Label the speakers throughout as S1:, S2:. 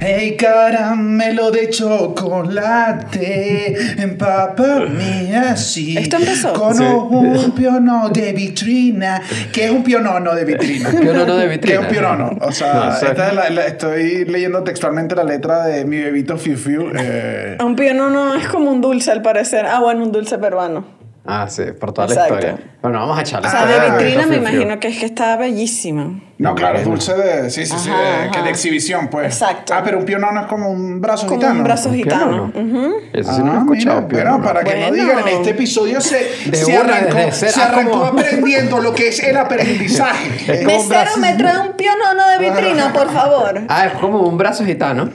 S1: Hey, caramelo de chocolate, empápame así.
S2: Esto empezó.
S1: Con
S3: Sí.
S1: un pionono de vitrina. ¿Qué es un pionono de vitrina?
S3: Pionono de
S1: ¿Qué
S3: vitrina.
S1: es un pionono? O sea,
S3: No, exacto.
S1: esta es la- la- estoy leyendo textualmente la letra de mi bebito Fiu Fiu. eh,
S2: Un pionono es como un dulce al parecer. Ah, bueno, un dulce peruano.
S3: Ah, sí, por toda la
S2: Exacto.
S3: historia. Bueno, vamos a echarle.
S2: O sea, de
S1: Ah,
S2: vitrina me imagino que es que está bellísima.
S1: no, claro, es
S3: Bueno.
S1: dulce de. Sí, sí, sí,
S2: Ajá,
S1: de, que
S2: ajá.
S1: de exhibición, pues.
S2: Exacto.
S1: Ah, pero un pionono es como un brazo
S2: Como
S1: gitano.
S2: un brazo gitano. Ujú.
S3: Eso sí no lo he
S1: Ah, mira,
S3: escuchado.
S1: bueno,
S3: pionono.
S1: para que no
S2: Bueno.
S1: digan, en este episodio se,
S3: De
S1: se
S3: una,
S1: arrancó,
S3: desde cero.
S1: se
S3: Ah,
S1: arrancó
S3: como-
S1: aprendiendo lo que es el aprendizaje.
S3: Es como un
S2: Mesero,
S3: brazo-
S2: me trae un pionono
S1: Ah.
S2: de vitrina, por favor.
S3: Ah, es como un brazo gitano.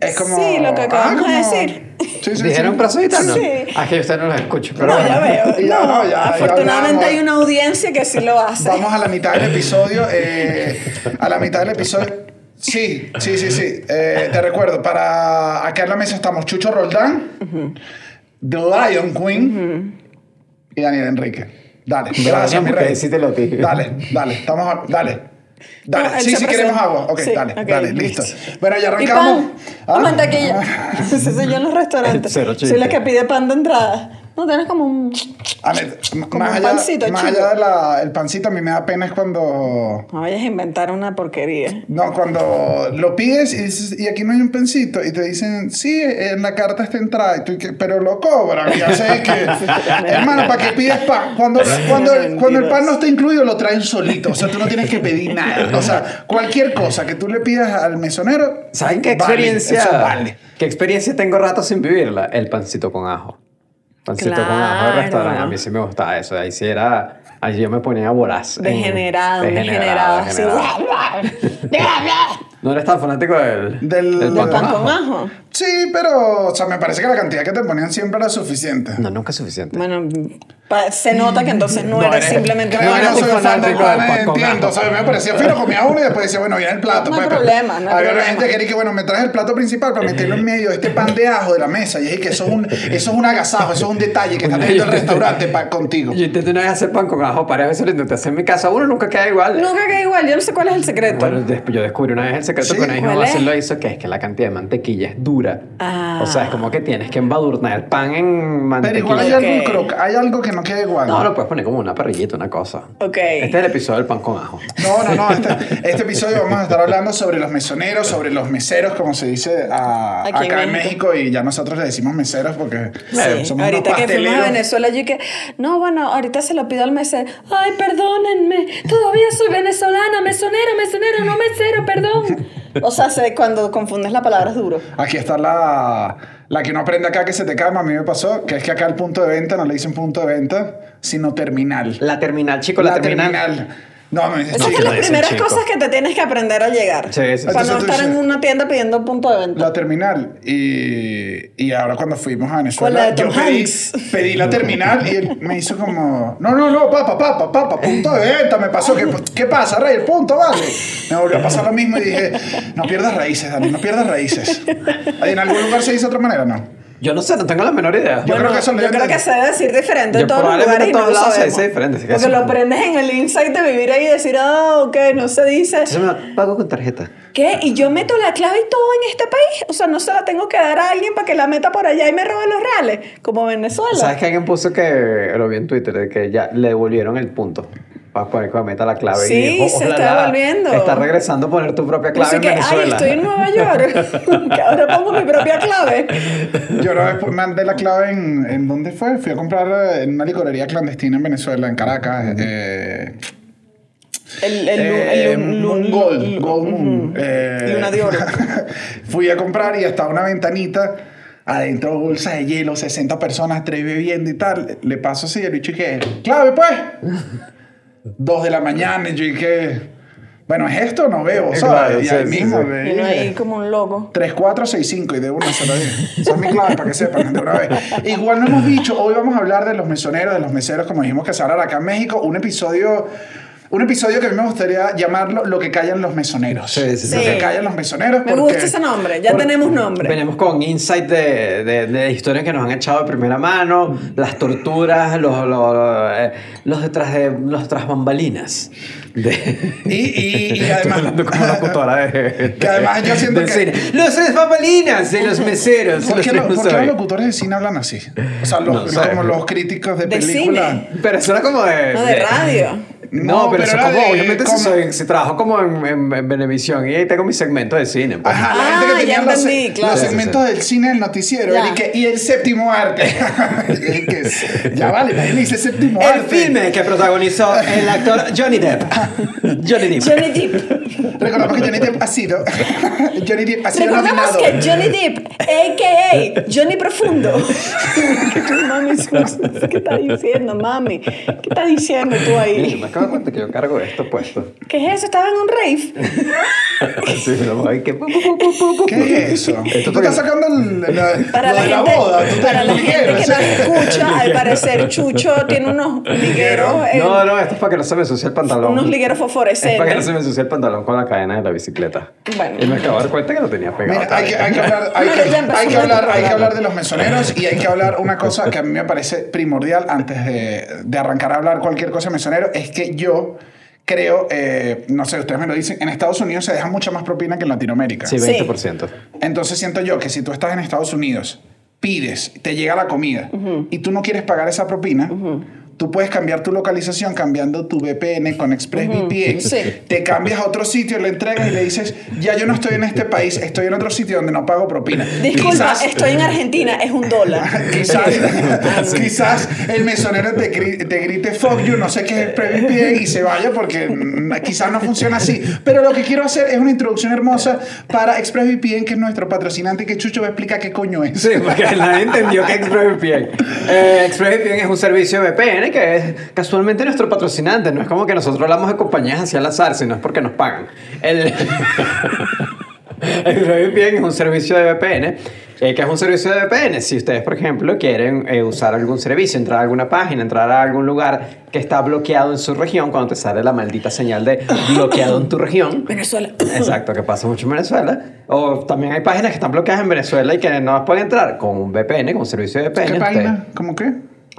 S1: Es como. Ah,
S2: Sí, lo que acabamos
S1: como-
S2: de decir.
S1: Sí, sí,
S3: ¿Dijeron
S1: sí.
S3: brazo gitano?
S2: Sí.
S3: Ah, que usted no lo escucha, pero
S2: No,
S3: bueno.
S2: ya veo.
S1: Ya,
S2: No,
S1: no, ya, ya
S2: afortunadamente
S1: hablamos.
S2: hay una audiencia que sí lo hace.
S1: Vamos a la mitad del episodio. eh, a la mitad del episodio. Sí, sí, sí, sí. Eh, te recuerdo, para acá en la mesa estamos Chucho Roldán, The Lion Queen y Daniel Enrique. Dale, gracias, mi
S3: porque
S1: rey.
S3: sí te lo dije.
S1: Dale, dale, estamos a- dale. Dale,
S2: No, él
S1: sí,
S2: se
S1: sí
S2: presenta.
S1: queremos agua. Ok,
S2: Sí,
S1: dale,
S2: ok,
S1: dale, listo. Bueno, ya
S2: Y
S1: arrancamos.
S2: pan.
S1: ¿Ah?
S2: O mantequilla. Eso soy yo en los restaurantes.
S3: Cero chiste.
S2: soy la que pide pan de entrada. No tienes como un.
S1: A ver, m-
S2: Como
S1: Ah, más
S2: un
S1: allá,
S2: pancito,
S1: más
S2: chico.
S1: allá de la- el pancito, a mí me da pena es cuando.
S2: No vayas a inventar una porquería.
S3: Eh,
S1: No, cuando lo pides y dices, y aquí no hay un pancito, y te dicen, sí, en la carta está entrada, y tú, "¿Qué? pero lo cobran, ya sé que. Hermano, ¿para qué pides pan? Cuando, cuando, cuando el pan no está incluido, lo traen solito, o sea, tú no tienes que pedir nada. O sea, cualquier cosa que tú le pidas al mesonero.
S3: ¿Saben qué
S1: vale,
S3: experiencia?
S1: eso vale.
S3: ¿Qué experiencia tengo rato sin vivirla? El pancito con ajo. Pancito con ajo
S2: Claro.
S3: de restaurante. A mí sí me gustaba eso. Ahí sí era. Ahí yo me ponía voraz. en-
S2: Degenerado, degenerado. así,
S3: degenerado. No eres tan fanático del.
S1: Del-
S2: Del pan
S3: con
S2: con
S3: ajo.
S2: ajo.
S1: Sí, pero, o sea, me parece que la cantidad que te ponían siempre era suficiente.
S3: No, nunca es suficiente.
S2: Bueno, pa- se nota que entonces no,
S3: No
S2: eres
S3: eres-
S2: simplemente
S3: no
S2: un
S1: Claro,
S3: eres
S1: no
S2: fanático.
S3: un
S1: soy fan del
S3: fanático del
S1: pan,
S3: pan con
S1: entiendo.
S3: ajo.
S1: O sea, me parecía fino, comía uno y después decía, bueno, viene el plato.
S2: No hay
S1: pues, pero-
S2: problema, no hay
S1: Había
S2: problema.
S1: gente que era que, bueno, me traes el plato principal para meterlo en medio de este pan de ajo de la mesa. Y dije que eso es un, eso es un agasajo, eso es un detalle que está teniendo el restaurante pa- contigo.
S3: Yo intenté una vez hacer pan con ajo, varias veces lo intenté hacer en mi casa. Uno nunca queda igual.
S2: Nunca queda igual, yo no sé cuál es el secreto.
S3: Bueno, des- yo descubrí una vez el secreto
S1: Sí,
S3: que una vez mi
S2: ¿cuál
S3: mamá
S2: es?
S3: sí lo hizo, que es que la cantidad de mantequilla es dura.
S2: Ah.
S3: O sea, es como que tienes que embadurnar el pan en
S1: Pero
S3: mantequilla.
S1: igual hay
S2: Ok.
S1: algo, croc- hay algo que no queda igual.
S3: No, lo puedes poner como una parrillita, una cosa.
S2: ok.
S3: Este es el episodio del pan con ajo.
S1: No, no, no. Este, este episodio vamos a estar hablando sobre los mesoneros, sobre los meseros, como se dice a-
S2: Aquí en
S1: acá en
S2: México.
S1: México. Y ya nosotros le decimos meseros porque
S2: Sí,
S1: somos
S2: Ahorita
S1: unos
S2: que fuimos a
S1: pasteleros.
S2: Venezuela, yo que, no, bueno, ahorita se lo pido al mesero. Ay, perdónenme, todavía soy venezolana, mesonera, mesonera, no mesero, perdón. O sea, se- cuando confundes la palabra es duro.
S1: Aquí está la, la que uno aprende acá que se te calma. A mí me pasó que es que acá el punto de venta no le dicen punto de venta, sino terminal.
S3: La terminal, chicos, la, terminal.
S1: No, me
S2: Esas
S1: dicen
S3: que
S2: son
S3: no
S2: las
S3: dicen
S2: primeras
S3: chico.
S2: cosas que te tienes que aprender al llegar.
S3: Sí, sí, sí.
S2: Para no
S1: Entonces tú
S2: estar en
S1: dices-
S2: una tienda pidiendo punto de venta.
S1: la terminal. Y, y ahora cuando fuimos a
S2: Con la
S1: Venezuela,
S2: de Tom
S1: yo pedí,
S2: Hanks.
S1: pedí la terminal y él me hizo como, no, no, no, papa, papa, papa, punto de venta, me pasó. ¿Qué, qué pasa, Rey? El punto, vale. Me volvió a pasar lo mismo y dije, no pierdas raíces, Dani, no pierdas raíces. ¿En algún lugar se dice de otra manera? No.
S3: Yo no sé, no tengo la menor idea.
S1: Yo creo que eso lo
S2: yo
S1: deben
S2: creo
S1: de-
S2: que se debe decir diferente en
S3: Yo
S2: todos los lugares
S3: probablemente
S2: y
S3: en
S2: no
S3: todos
S2: lo
S3: lados se
S2: sabemos.
S3: dice diferente, así que
S2: Porque
S3: eso-
S2: lo aprendes en el insight de vivir ahí y decir, ah, ok, no se dice.
S3: Entonces me lo pago con tarjeta.
S2: ¿Qué? ¿Y yo meto la clave y todo en este país? O sea, no se la tengo que dar a alguien para que la meta por allá y me robe los reales, como Venezuela.
S3: ¿Sabes que alguien puso que lo vi en Twitter, de que ya le devolvieron el punto? Para poner que meta la clave. y
S2: Sí,
S3: dijo,
S2: se
S3: "Ojalá,
S2: está devolviendo".
S3: Está regresando a poner tu propia
S2: Yo
S3: clave
S2: sé
S3: en
S2: que, ay,
S3: Venezuela.
S2: estoy en Nueva York, que ahora pongo mi propia clave.
S1: Yo una vez mandé la clave en, en dónde fue. Fui a comprar eh, en una licorería clandestina en Venezuela, en Caracas. eh,
S2: El, el,
S1: eh,
S2: el- el-
S1: Moon
S2: el-
S1: Gold,
S2: el-
S1: Gold Moon.
S2: ujú.
S1: eh,
S2: Luna de oro.
S1: fui a comprar y estaba una ventanita. Adentro bolsas de hielo, 60 personas, tres bebiendo y tal. Le paso así, el bicho y que, clave pues. Dos de la mañana y yo y que, bueno, es esto, no veo, ¿sabes?
S3: Eh, Claro,
S1: y
S3: sí,
S1: ahí
S3: sí,
S1: mismo
S3: sí.
S1: le
S2: Y uno
S1: dije,
S2: ahí como un loco.
S1: 3, 4, 6, 5 y de una se la di. Esa es mi clave para que sepan de una vez. Igual no hemos dicho, hoy vamos a hablar de los mesoneros, de los meseros, como dijimos que se hablan acá en México, un episodio Un episodio que a mí me gustaría llamarlo Lo que callan los mesoneros.
S3: Sí, sí, sí.
S1: Lo que
S2: Sí.
S1: callan los mesoneros.
S2: Me
S1: porque-
S2: gusta ese nombre, ya
S1: porque-
S2: tenemos nombre.
S3: Venimos con insight de, de- de historias que nos han echado de primera mano, las torturas, los, los, eh, los detrás de los tras bambalinas. De...
S1: Y, y, y
S3: Estoy
S1: además.
S3: hablando como locutora de.
S1: Que además yo siento
S3: de
S1: que-
S3: cine. Los tras bambalinas de los meseros.
S1: ¿Por
S3: los
S1: qué, lo-
S3: tenemos
S1: por qué
S3: hoy.
S1: los locutores de cine hablan así? O sea, los,
S3: No sé.
S1: como los críticos de,
S2: De
S1: película.
S2: cine.
S3: Pero suena como de.
S2: No, de radio.
S3: No,
S1: No, pero
S3: pero, eso es
S1: era
S3: como,
S1: de-
S3: obviamente, si,
S1: como-
S3: soy- si trabajo como en, en, en Venevisión y ahí tengo mi segmento de cine. pues.
S1: Ajá,
S2: Ah,
S1: la gente que
S2: ya
S1: tenía los,
S2: entendí,
S1: los
S2: claro.
S3: Sí, sí,
S1: segmentos del cine del noticiero
S2: Ya.
S1: y, que- y el séptimo arte. Y que es- ya vale, nadie le dice séptimo
S3: El
S1: arte.
S3: filme que protagonizó el actor Johnny Depp. Johnny Depp.
S2: Johnny Depp.
S1: Recordamos que Johnny Depp ha sido. Johnny Depp ha sido
S2: Recordemos
S1: nominado.
S2: que Johnny Depp, a.k.a. Johnny Profundo. ¿Qué tú, mami, ¿Qué estás diciendo, mami? ¿Qué estás diciendo tú
S3: Mira,
S2: ahí?
S3: Me acabo de dar cuenta que yo cargo esto puesto.
S2: ¿Qué es eso? ¿Estabas en un rave?
S3: Así, me lo voy que...
S1: ¿Qué es eso?
S3: Esto
S1: Tú
S3: porque-
S1: estás sacando el- la,
S2: Para
S1: lo
S2: la
S1: de la
S2: gente,
S1: boda. tú te-
S2: para la
S1: lo
S2: gente
S1: quiero,
S2: que
S1: sí.
S2: nos escucha, al parecer Chucho tiene unos ligueros, eh,
S3: No, no, esto es para que no se me ensucie el pantalón.
S2: unos ligueros
S3: Es para que no
S2: fosforescentes.
S3: se me ensucie el pantalón con la cadena de la bicicleta.
S2: Bueno.
S3: Y me acabo de dar cuenta que lo tenía pegado.
S1: Mira, hay que, hay que hablar, hay
S2: No,
S1: que-
S2: ya empezó
S1: hay que
S2: el
S1: hablar, hay que
S2: programa.
S1: hablar de los mesoneros y hay que hablar una cosa que a mí me parece primordial antes de, de arrancar a hablar cualquier cosa de mesonero, es que yo creo, eh, no sé, ustedes me lo dicen, en Estados Unidos se deja mucha más propina que en Latinoamérica.
S3: Sí, 20%.
S1: Entonces siento yo que si tú estás en Estados Unidos, pides, te llega la comida y tú no quieres pagar esa propina, tú puedes cambiar tu localización cambiando tu VPN con ExpressVPN.
S2: sí.
S1: Te cambias a otro sitio, le entregas y le dices, ya yo no estoy en este país, estoy en otro sitio donde no pago propina.
S2: Disculpa,
S1: Quizás-
S2: estoy en Argentina, es un dólar.
S1: Quizás, quizás el mesonero te, gri- te grite fuck you, no sé qué es PVPN y se vaya porque mm, quizás no funciona así. Pero lo que quiero hacer es una introducción hermosa para ExpressVPN, que es nuestro patrocinante, que Chucho va a explicar qué coño es.
S3: Sí, porque nadie entendió que ExpressVPN. Eh, ExpressVPN es un servicio de VPN que es casualmente nuestro patrocinante. No es como que nosotros hablamos de compañías hacia el azar, sino es porque nos pagan. El... ExpressVPN es un servicio de VPN. eh, que es un servicio de VPN. Si ustedes, por ejemplo, quieren eh, usar algún servicio, entrar a alguna página, entrar a algún lugar que está bloqueado en su región, cuando te sale la maldita señal de bloqueado en tu región, eh,
S2: Venezuela.
S3: Exacto, que pasa mucho en Venezuela. O también hay páginas que están bloqueadas en Venezuela y que no las pueden entrar con un VPN, con un servicio de VPN.
S1: ¿Qué
S3: usted-
S1: página? ¿Cómo qué?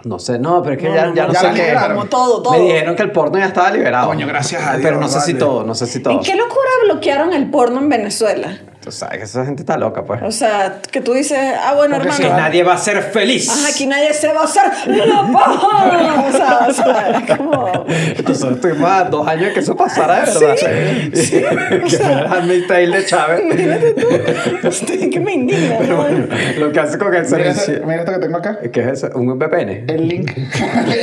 S3: No sé, no, pero es que
S2: No,
S3: ya,
S2: no,
S3: ya no
S2: ya
S3: sé
S1: la
S3: qué.
S1: liberaron.
S2: Como todo, todo.
S3: Me dijeron que el porno ya estaba liberado.
S1: Coño, gracias a
S3: Pero
S1: Dios,
S3: no sé si
S1: vale.
S3: todo, no sé si todo.
S2: ¿Y qué locura bloquearon el porno en Venezuela?
S3: Tú sabes que esa gente está loca, pues.
S2: O sea, que tú dices, ah, bueno,
S1: Porque
S3: que
S1: sí,
S2: hermano.
S3: nadie va a ser feliz.
S2: Ajá, aquí nadie se va a hacer la paja. O sea, o sea, es como.
S3: Entonces estuvimos a dos años que eso pasara, de verdad. Sí, que fuera Handmaid's Tale de Chávez.
S2: Imagínate tú. Estoy que me indigna.
S3: Pero
S2: ¿no?
S3: bueno, lo que hace con el
S1: Mira esto,
S3: servicio.
S1: mira esto que tengo acá.
S3: ¿Qué es eso? ¿Un VPN?
S1: El link.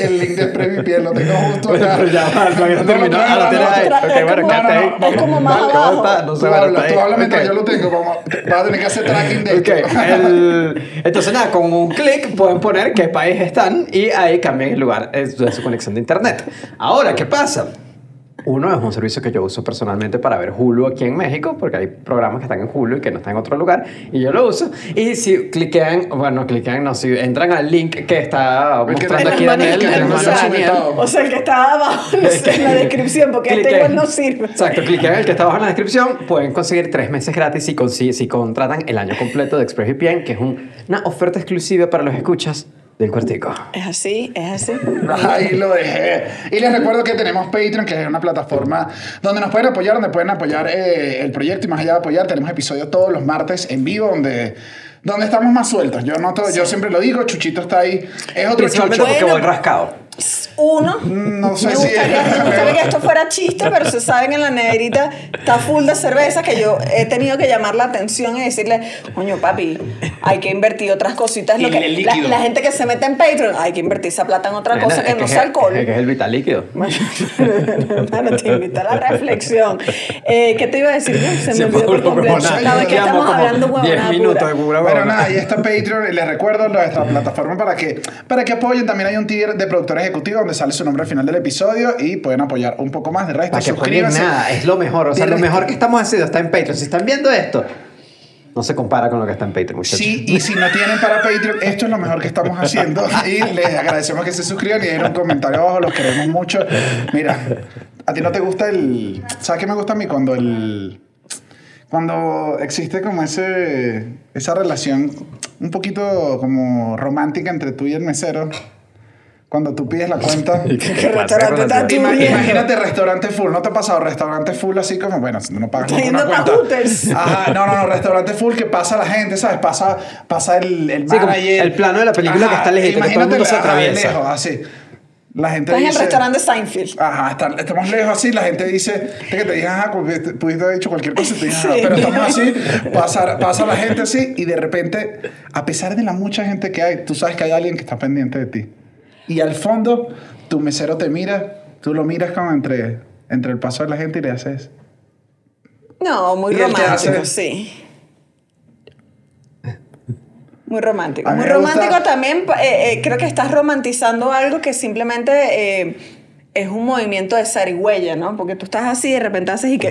S1: El link de ExpressVPN lo tengo justo
S3: Bueno,
S1: acá.
S3: pero ya va, no, ya
S1: No,
S3: terminó.
S1: no,
S3: Ah,
S1: no,
S3: lo tiene
S1: no, eh,
S3: ahí.
S2: no,
S3: Ok,
S2: es
S3: bueno,
S2: como-
S3: quédate ahí.
S2: es como más
S3: Vale, ¿cómo
S2: abajo.
S3: está? No
S1: Tú
S3: sé, bueno,
S1: hablas, tú
S3: está ahí.
S1: hablas mientras
S3: Ok.
S1: yo lo tengo. Vamos, vas a tener que hacer tracking de
S3: Ok, eh,
S1: esto.
S3: el- entonces nada, con un clic pueden poner qué país están y ahí cambian el lugar eh, de su conexión de internet. Ahora, ¿qué pasa? Uno es un servicio que yo uso personalmente para ver Hulu aquí en México, porque hay programas que están en Hulu y que no están en otro lugar, y yo lo uso. Y si cliquean, bueno, cliquean, no, si entran al link que está
S1: El que
S3: mostrando
S1: tenemos
S3: aquí
S1: manos-
S3: Daniel,
S1: el que
S3: el
S1: tenemos
S3: hermano
S1: sujetado.
S3: Daniel,
S2: O sea, el que está abajo no sé, en la descripción, porque este
S3: Cliquen.
S2: igual no sirve.
S3: Exacto, cliquen en el que está abajo en la descripción. Pueden conseguir tres meses gratis si, consi- si contratan el año completo de ExpressVPN, que es un- una oferta exclusiva para los escuchas del cuartico.
S2: Es así, es así.
S1: Ahí lo dejé. Y les recuerdo que tenemos Patreon, que es una plataforma donde nos pueden apoyar, donde pueden apoyar eh, el proyecto y más allá de apoyar, tenemos episodios todos los martes en vivo donde, donde estamos más sueltos. Yo noto, yo siempre lo digo, Chuchito está ahí. Es otro
S3: Principalmente
S1: Chucho.
S2: Bueno.
S3: porque voy rascado.
S2: Uno.
S1: No sé
S2: me
S1: si-
S2: gustaría, me gustaría que esto fuera chiste, pero se saben en la neverita está full de cerveza que yo he tenido que llamar la atención y decirle, coño papi, hay que invertir otras cositas. Lo
S1: Y
S2: que-
S1: el
S2: la,
S1: líquido.
S2: la gente que se mete en Patreon, hay que invertir esa plata en otra cosa que, no sea alcohol.
S3: Es que es el vital líquido.
S2: Hermano, te invito a la reflexión. Eh, ¿Qué te iba a decir? yo? Se me
S3: Siempre
S2: olvidó por
S3: hablo
S2: completo.
S3: huevonada.
S2: Cada vez que
S3: Llevamos
S2: estamos
S3: como
S2: hablando
S3: 10
S2: huevonada
S3: minutos de
S2: pura.
S3: pura
S1: Bueno,
S3: huevonada.
S1: nada, ahí está Patreon. Y les recuerdo nuestra plataforma para que, para que apoyen. También hay un tier de productor ejecutivo donde sale su nombre al final del episodio y pueden apoyar un poco más. De resto,
S3: Para que ponen
S1: suscríbanse.
S3: nada, es lo mejor. O sea, lo
S1: Tienes-
S3: mejor que estamos haciendo está en Patreon. Si están viendo esto, No se compara con lo que está en Patreon, muchachos.
S1: Sí, y si no tienen para Patreon, esto es lo mejor que estamos haciendo. Y les agradecemos que se suscriban y den un comentario abajo, los queremos mucho. Mira, a ti no te gusta el. ¿Sabes qué me gusta a mí? Cuando el. Cuando existe como ese, esa relación un poquito como romántica entre tú y el mesero, cuando tú pides la cuenta.
S2: ¿Qué restaurante tan
S1: Ima-
S2: turbio?
S1: Imagínate restaurante full, ¿no te ha pasado? Restaurante full así como, bueno, si no pagas
S2: Está
S1: ninguna
S2: yendo pa'
S1: cuenta.
S2: Hooters.
S1: Ajá, no, no, no, restaurante full que pasa la gente, ¿sabes? Pasa, pasa el, el
S3: Sí, como
S1: manager.
S3: el plano de la película que está lejito, que todo el
S1: imagínate
S3: mundo se
S1: la- ajá, de
S3: atraviesa.
S1: lejos, así. La gente
S2: Estás en el
S1: dice- ah,
S2: restaurante Seinfeld.
S1: Ajá, está- estamos lejos así, la gente dice, es que te digan, ajá, porque te- pudiste haber dicho cualquier cosa, y te digan, ajá,
S2: Sí.
S1: pero estamos así, pasa, pasa la gente así y de repente, a pesar de la mucha gente que hay, tú sabes que hay alguien que está pendiente de ti. Y al fondo, tu mesero te mira, tú lo miras como entre, entre el paso de la gente y le haces...
S2: No, muy
S1: ¿Y el que
S2: romántico,
S1: hace?
S2: sí. Muy romántico.
S1: A mí
S2: Muy
S1: me
S2: romántico
S1: gusta-
S2: también, eh, eh, creo que estás romantizando algo que simplemente eh, es un movimiento de zarigüeya, ¿no? Porque tú estás así y de repente haces y que...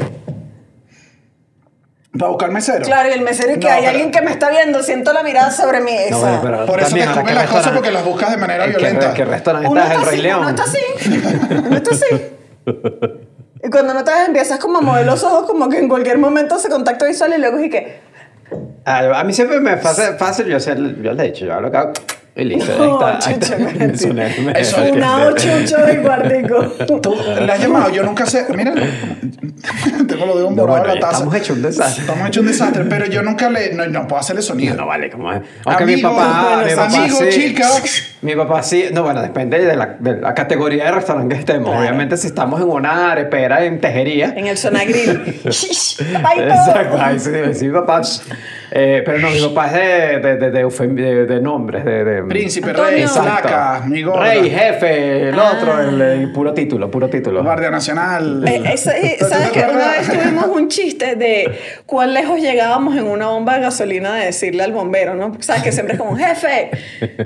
S1: ¿Para buscar mesero?
S2: Claro, y el mesero y que
S1: No,
S2: hay
S1: pero-
S2: alguien que me está viendo, siento la mirada sobre mí. esa-
S3: No, bueno, pero
S1: Por eso
S3: también,
S1: te
S3: ahora,
S1: comes
S3: ¿qué
S1: las cosas
S3: restaurante?
S1: porque las buscas de manera
S3: ¿En qué-
S1: violenta?
S3: en ¿Qué restaurante
S2: Uno
S3: estás?
S2: está
S3: El Rey
S2: así,
S3: León.
S2: uno está así. Uno está así. Y cuando no te ves, empiezas como a mover los ojos, como que en cualquier momento se contacto visual y luego es y que...
S3: Ah, A, a mí siempre me pasa fácil, yo, sé, yo le he hecho, yo hablo acá y listo. ahí
S2: No,
S3: está, ahí
S2: chucho,
S3: está.
S2: mentira.
S3: Eso no es- me-
S1: Eso
S3: me-
S1: es
S2: Una ocho, ocho del guardico.
S1: Tú la has llamado, yo nunca sé. Mira, tengo lo de un
S3: No,
S1: morado
S3: bueno,
S1: en la taza.
S3: estamos hecho un desastre.
S1: Estamos hecho un desastre, pero yo nunca le. No, no puedo hacerle sonido.
S3: No vale, como es. Aunque
S1: Amigo,
S3: mi papá,
S1: bueno,
S3: mi papá
S1: amigo,
S3: sí.
S1: chica.
S3: Mi papá sí. No, bueno, depende de la, de la categoría de restaurante que estemos.
S2: Claro.
S3: Obviamente, si estamos en una arepera en tejería.
S2: En el zona grill.
S3: Exacto, ahí sí, sí, mi papá. Eh, pero no, mi papá es de, de, de, de, eufem- de- de nombres, de, de-
S1: Príncipe,
S2: Antonio.
S1: rey,
S2: Exacto.
S1: flaca, mi gorda,
S3: Rey, jefe, el otro, el, el puro título, puro título.
S1: guardia nacional.
S2: Eh, eh, sa- eh,
S1: ¿Tú te
S2: ¿Sabes que una
S1: acuerdas?
S2: vez tuvimos un chiste de cuán lejos llegábamos en una bomba de gasolina de decirle al bombero, ¿no? Porque sabes que siempre es como, jefe,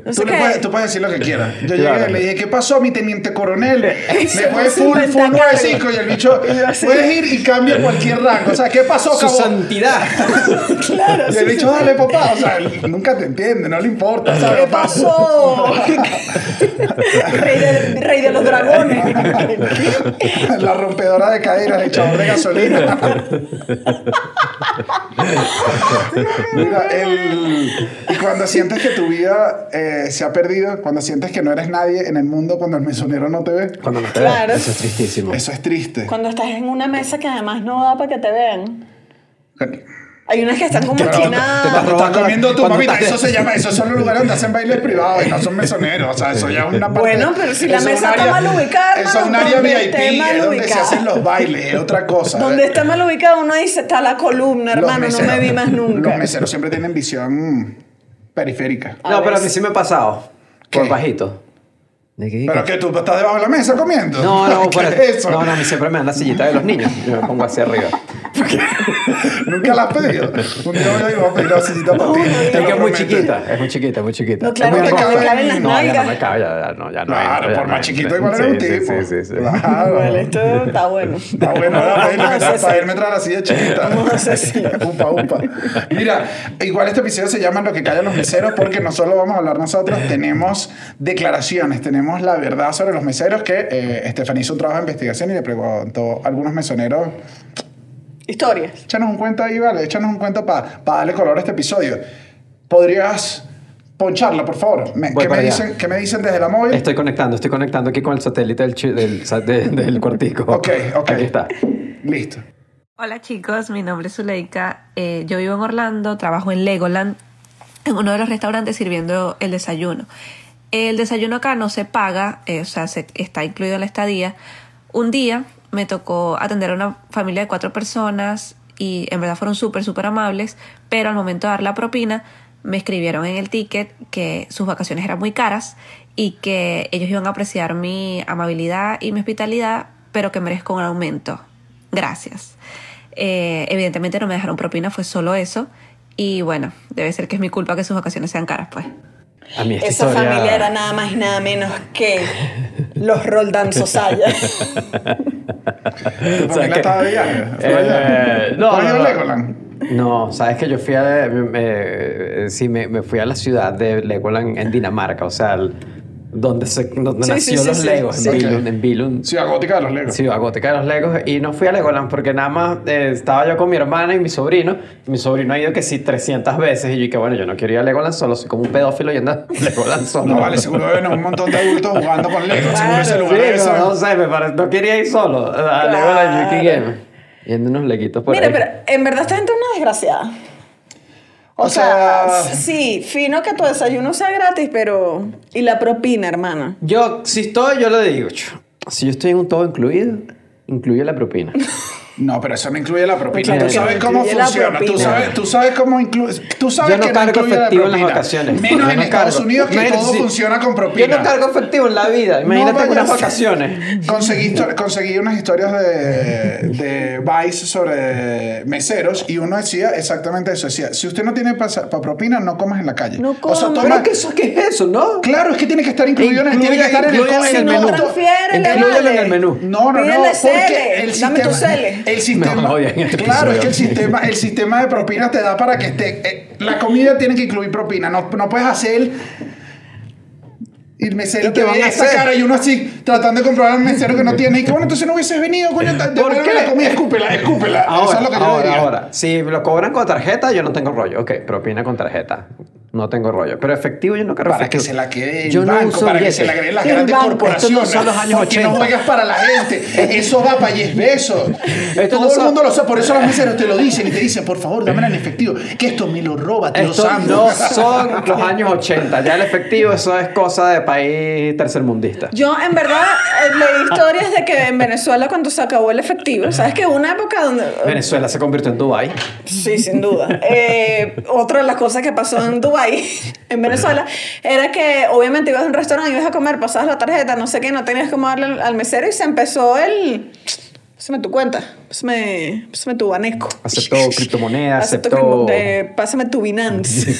S2: no sé
S1: Tú, le
S2: qué.
S1: puedes, tú puedes decir lo que quieras. Yo
S3: Claro.
S1: llegué y le dije, ¿qué pasó, mi teniente coronel?
S2: Eso
S1: Me fue
S2: no se
S1: full,
S2: inventa,
S1: full 95 y el bicho,
S2: Y yo así.
S1: puedes ir y cambia cualquier rango. O sea, ¿qué pasó,
S3: Su
S1: cabrón?
S3: santidad.
S2: Claro,
S1: Y
S2: sí,
S1: el
S2: sí,
S1: bicho, dale, papá. O sea, él nunca te entiende, no le importa.
S2: sí.
S1: ¿sabes?
S2: ¿Qué pasó? rey, de, rey de los dragones.
S1: La rompedora de caderas, el echador de gasolina. Mira, el- y cuando sientes que tu vida eh, se ha perdido, cuando sientes que no eres nadie en el mundo, cuando el mesonero no te ve,
S3: Cuando no te
S2: Claro.
S3: ves, Eso es tristísimo.
S1: eso es triste.
S2: Cuando estás en una mesa que además no da para que te vean.
S1: Te
S2: Hay unas que están como
S1: Claro,
S3: estás
S2: esquinadas.
S3: robando
S1: estás
S3: la-
S1: comiendo tu
S3: cuando
S1: mamita,
S3: estás-
S1: eso se llama, esos son los lugares donde hacen bailes privados y no son mesoneros, o sea, eso ya es una parte.
S2: Bueno, pero si la
S1: eso es
S2: mesa
S1: un
S2: está
S1: área-
S2: mal ubicada,
S1: Eso es un
S2: hermano,
S1: área
S2: ¿dónde
S1: VIP,
S2: esté mal
S1: es donde se
S2: ubicada?
S1: hacen los bailes, es otra cosa.
S2: Donde está mal ubicado uno dice, está la columna,
S1: Los
S2: hermano, no
S1: meseros-
S2: me vi más nunca.
S1: Los meseros siempre tienen visión mm, periférica.
S2: A
S3: No, pero a mí
S2: veces.
S3: sí me ha pasado. Por
S1: ¿Qué?
S3: bajito. ¿De qué?
S1: Pero que tú estás debajo de la mesa comiendo.
S3: No, no,
S1: ¿Qué
S3: por
S1: es eso?
S3: No, no, a mí siempre me dan la sillita de los niños. Yo me pongo hacia arriba.
S1: Nunca la has pedido. Un día voy a ir a pedir una sillita para ti.
S2: no,
S1: te lo
S3: Es que es muy
S1: prometo.
S3: chiquita, es muy chiquita, es muy chiquita.
S2: No, claro,
S3: Es muy
S1: que
S3: angosta.
S1: te caben las
S3: No, ya
S2: nalgas.
S3: no me cabe, ya, ya no, ya no.
S1: Claro,
S3: entra, ya
S1: por
S3: no
S1: más chiquito
S3: entra.
S1: igual era un
S3: Sí, sí,
S1: tipo.
S3: Sí, sí, sí.
S1: Claro.
S2: Vale, esto está bueno.
S1: Está Ah, bueno, ahora pedirle
S2: Vamos a
S1: para,
S2: hacer
S1: para
S2: así.
S1: irme a entrar a la silla chiquita.
S2: Vamos a hacer así.
S1: upa, upa. Mira, igual este episodio se llama Lo que callan los meseros porque no solo vamos a hablar nosotros, tenemos declaraciones, tenemos la verdad sobre los meseros que eh, Estefanía hizo un trabajo de investigación y le preguntó a algunos mesoneros
S2: Historias.
S1: Échanos un cuento ahí, vale. Échanos un cuento para darle color a este episodio. ¿Podrías poncharla, por favor? Me-
S3: Voy
S1: ¿qué,
S3: para
S1: me
S3: allá.
S1: dicen, ¿Qué me dicen desde la móvil?
S3: Estoy conectando, estoy conectando aquí con el satélite del, chi- del, sa- de- del cuartico.
S1: Ok, ok.
S3: Aquí está.
S1: Listo.
S4: Hola chicos, mi nombre es Zuleika. eh, yo vivo en Orlando, trabajo en Legoland, en uno de los restaurantes sirviendo el desayuno. El desayuno acá no se paga, eh, o sea, se- está incluido en la estadía. Un día me tocó atender a una familia de cuatro personas y en verdad fueron súper, súper amables, pero al momento de dar la propina me escribieron en el ticket que sus vacaciones eran muy caras y que ellos iban a apreciar mi amabilidad y mi hospitalidad, pero que merezco un aumento. Gracias. Eh, evidentemente no me dejaron propina, fue solo eso. Y bueno, debe ser que es mi culpa que sus vacaciones sean caras, pues.
S3: A mí esta
S2: Esa
S3: historia-
S2: familia era nada más y nada menos que los Roldán Sosaya.
S1: Tu familia
S3: que-
S1: estaba de viaje.
S3: Eh, no,
S1: ¿Has ido
S3: Eh, no,
S1: a
S3: no.
S1: Legoland?
S3: No, sabes que yo fui a. me- me- sí, me, me fui a la ciudad de Legoland en Dinamarca, o sea, el- donde, se, donde
S2: Sí, sí,
S3: nació
S2: sí,
S3: los
S2: sí.
S3: Legos,
S2: Sí.
S3: en Billund. En Billund.
S1: Ciudad Gótica de los Legos.
S3: Sí, a Gótica de los Legos. Y no fui a Legoland porque nada más eh, estaba yo con mi hermana y mi sobrino. Mi sobrino ha ido que sí 300 veces. Y yo dije, bueno, yo no quiero ir a Legoland solo. Soy como un pedófilo yendo a Legoland solo.
S1: No vale, seguro ven a un montón de adultos jugando con Legos. seguro
S3: Claro,
S1: ese lugar
S3: sí,
S1: debe ser-
S3: no, no sé, me parece, no quería ir solo a Legoland Yuki Game. Yendo unos leguitos por
S2: Mira,
S3: ahí.
S2: pero en verdad esta gente es una desgraciada. O,
S1: O
S2: sea,
S1: sea-
S2: sí, fino que tu desayuno sea gratis, pero. Y la propina, hermana.
S3: Yo, si estoy, yo lo digo. chu, Si yo estoy en un todo incluido, incluye la propina.
S1: No, pero eso no incluye la propina.
S3: Claro,
S1: Tú sabes
S2: incluye
S1: cómo
S2: la
S1: funciona. Tú
S2: propina.
S1: sabes, tú sabes cómo incluye. Tú sabes
S3: Yo no
S1: que
S3: cargo
S1: incluye la
S3: efectivo en las
S1: propina.
S3: vacaciones.
S1: Menos
S3: Yo
S1: en
S3: no
S1: Estados
S3: cargo.
S1: Unidos que
S3: Imagínate,
S1: todo
S3: sí.
S1: funciona con
S3: Yo
S1: propina.
S3: no cargo efectivo en la vida. Imagínate
S1: No
S3: unas
S1: vayas.
S3: vacaciones.
S1: Conseguí, histo- conseguí unas historias de, de Vice sobre meseros y uno decía exactamente eso. Decía, si usted no tiene para propina, no comas en la calle.
S2: No
S1: O sea,
S2: comas.
S1: toma-
S3: Pero que eso, ¿qué es eso, no?
S1: Claro, es que tiene que estar incluido en el,
S3: Incluye-
S1: tiene que estar en el,
S3: incluye
S1: en
S3: en
S1: el
S3: el
S1: menú.
S3: menú.
S2: Transfiérele,
S3: Inclúyelo
S2: vale.
S3: en el menú.
S1: No, no, no,
S2: Pídele
S1: porque
S2: cele,
S1: el
S2: dame tu
S1: sistema,
S2: cele.
S1: el sistema,
S3: Me odian este
S1: claro,
S3: episodio.
S1: es que el sistema, el sistema de propinas te da para que esté, eh, la comida tiene que incluir propina, no, no puedes hacer el, el mesero
S3: ¿Y qué
S1: te
S3: van
S1: ve
S3: a
S1: esa
S3: hacer?
S1: cara y uno así tratando de comprobar al mesero que no tiene y que bueno, entonces no hubieses venido, coño, te
S3: ¿Por
S1: devuelve
S3: qué?
S1: la comida, escúpela, escúpela, eso
S3: Ahora,
S1: es lo que yo
S3: ahora,
S1: diría.
S3: ahora. Si lo cobran con tarjeta, yo no tengo rollo. Ok, propina con tarjeta. No tengo rollo. Pero efectivo, yo no cargo
S1: Para que
S3: efectivo.
S1: se la quede el
S3: Yo no
S1: banco,
S3: uso
S1: para que
S3: billete.
S1: se la queden las
S3: El
S1: grandes
S3: banco,
S1: corporaciones.
S3: Esto no son los años
S1: porque
S3: 80.
S1: no juegas para la gente. Eso va para 10 besos.
S3: Esto
S1: Todo
S3: no
S1: el
S3: son-
S1: mundo lo sabe. Por eso los meseros te lo dicen y te dicen, por favor, dámela en efectivo. Que esto me lo roba, te lo
S3: Estos
S1: amo.
S3: no son los años 80. Ya el efectivo, eso es cosa de país tercermundista.
S2: Yo en verdad eh, leí historias de que en Venezuela cuando se acabó el efectivo, sabes que hubo una época donde
S3: Venezuela se convirtió en Dubái.
S2: sí, sin duda. Eh, otra de las cosas que pasó en Dubai, en Venezuela, era que obviamente ibas a un restaurante, ibas a comer, pasabas la tarjeta, no sé qué, no tenías cómo darle al- al mesero y se empezó el Pásame tu cuenta, pásame, pásame tu banesco.
S3: Aceptó criptomonedas,
S2: Acepto
S3: aceptó-
S2: cripto- eh, pásame tu Binance.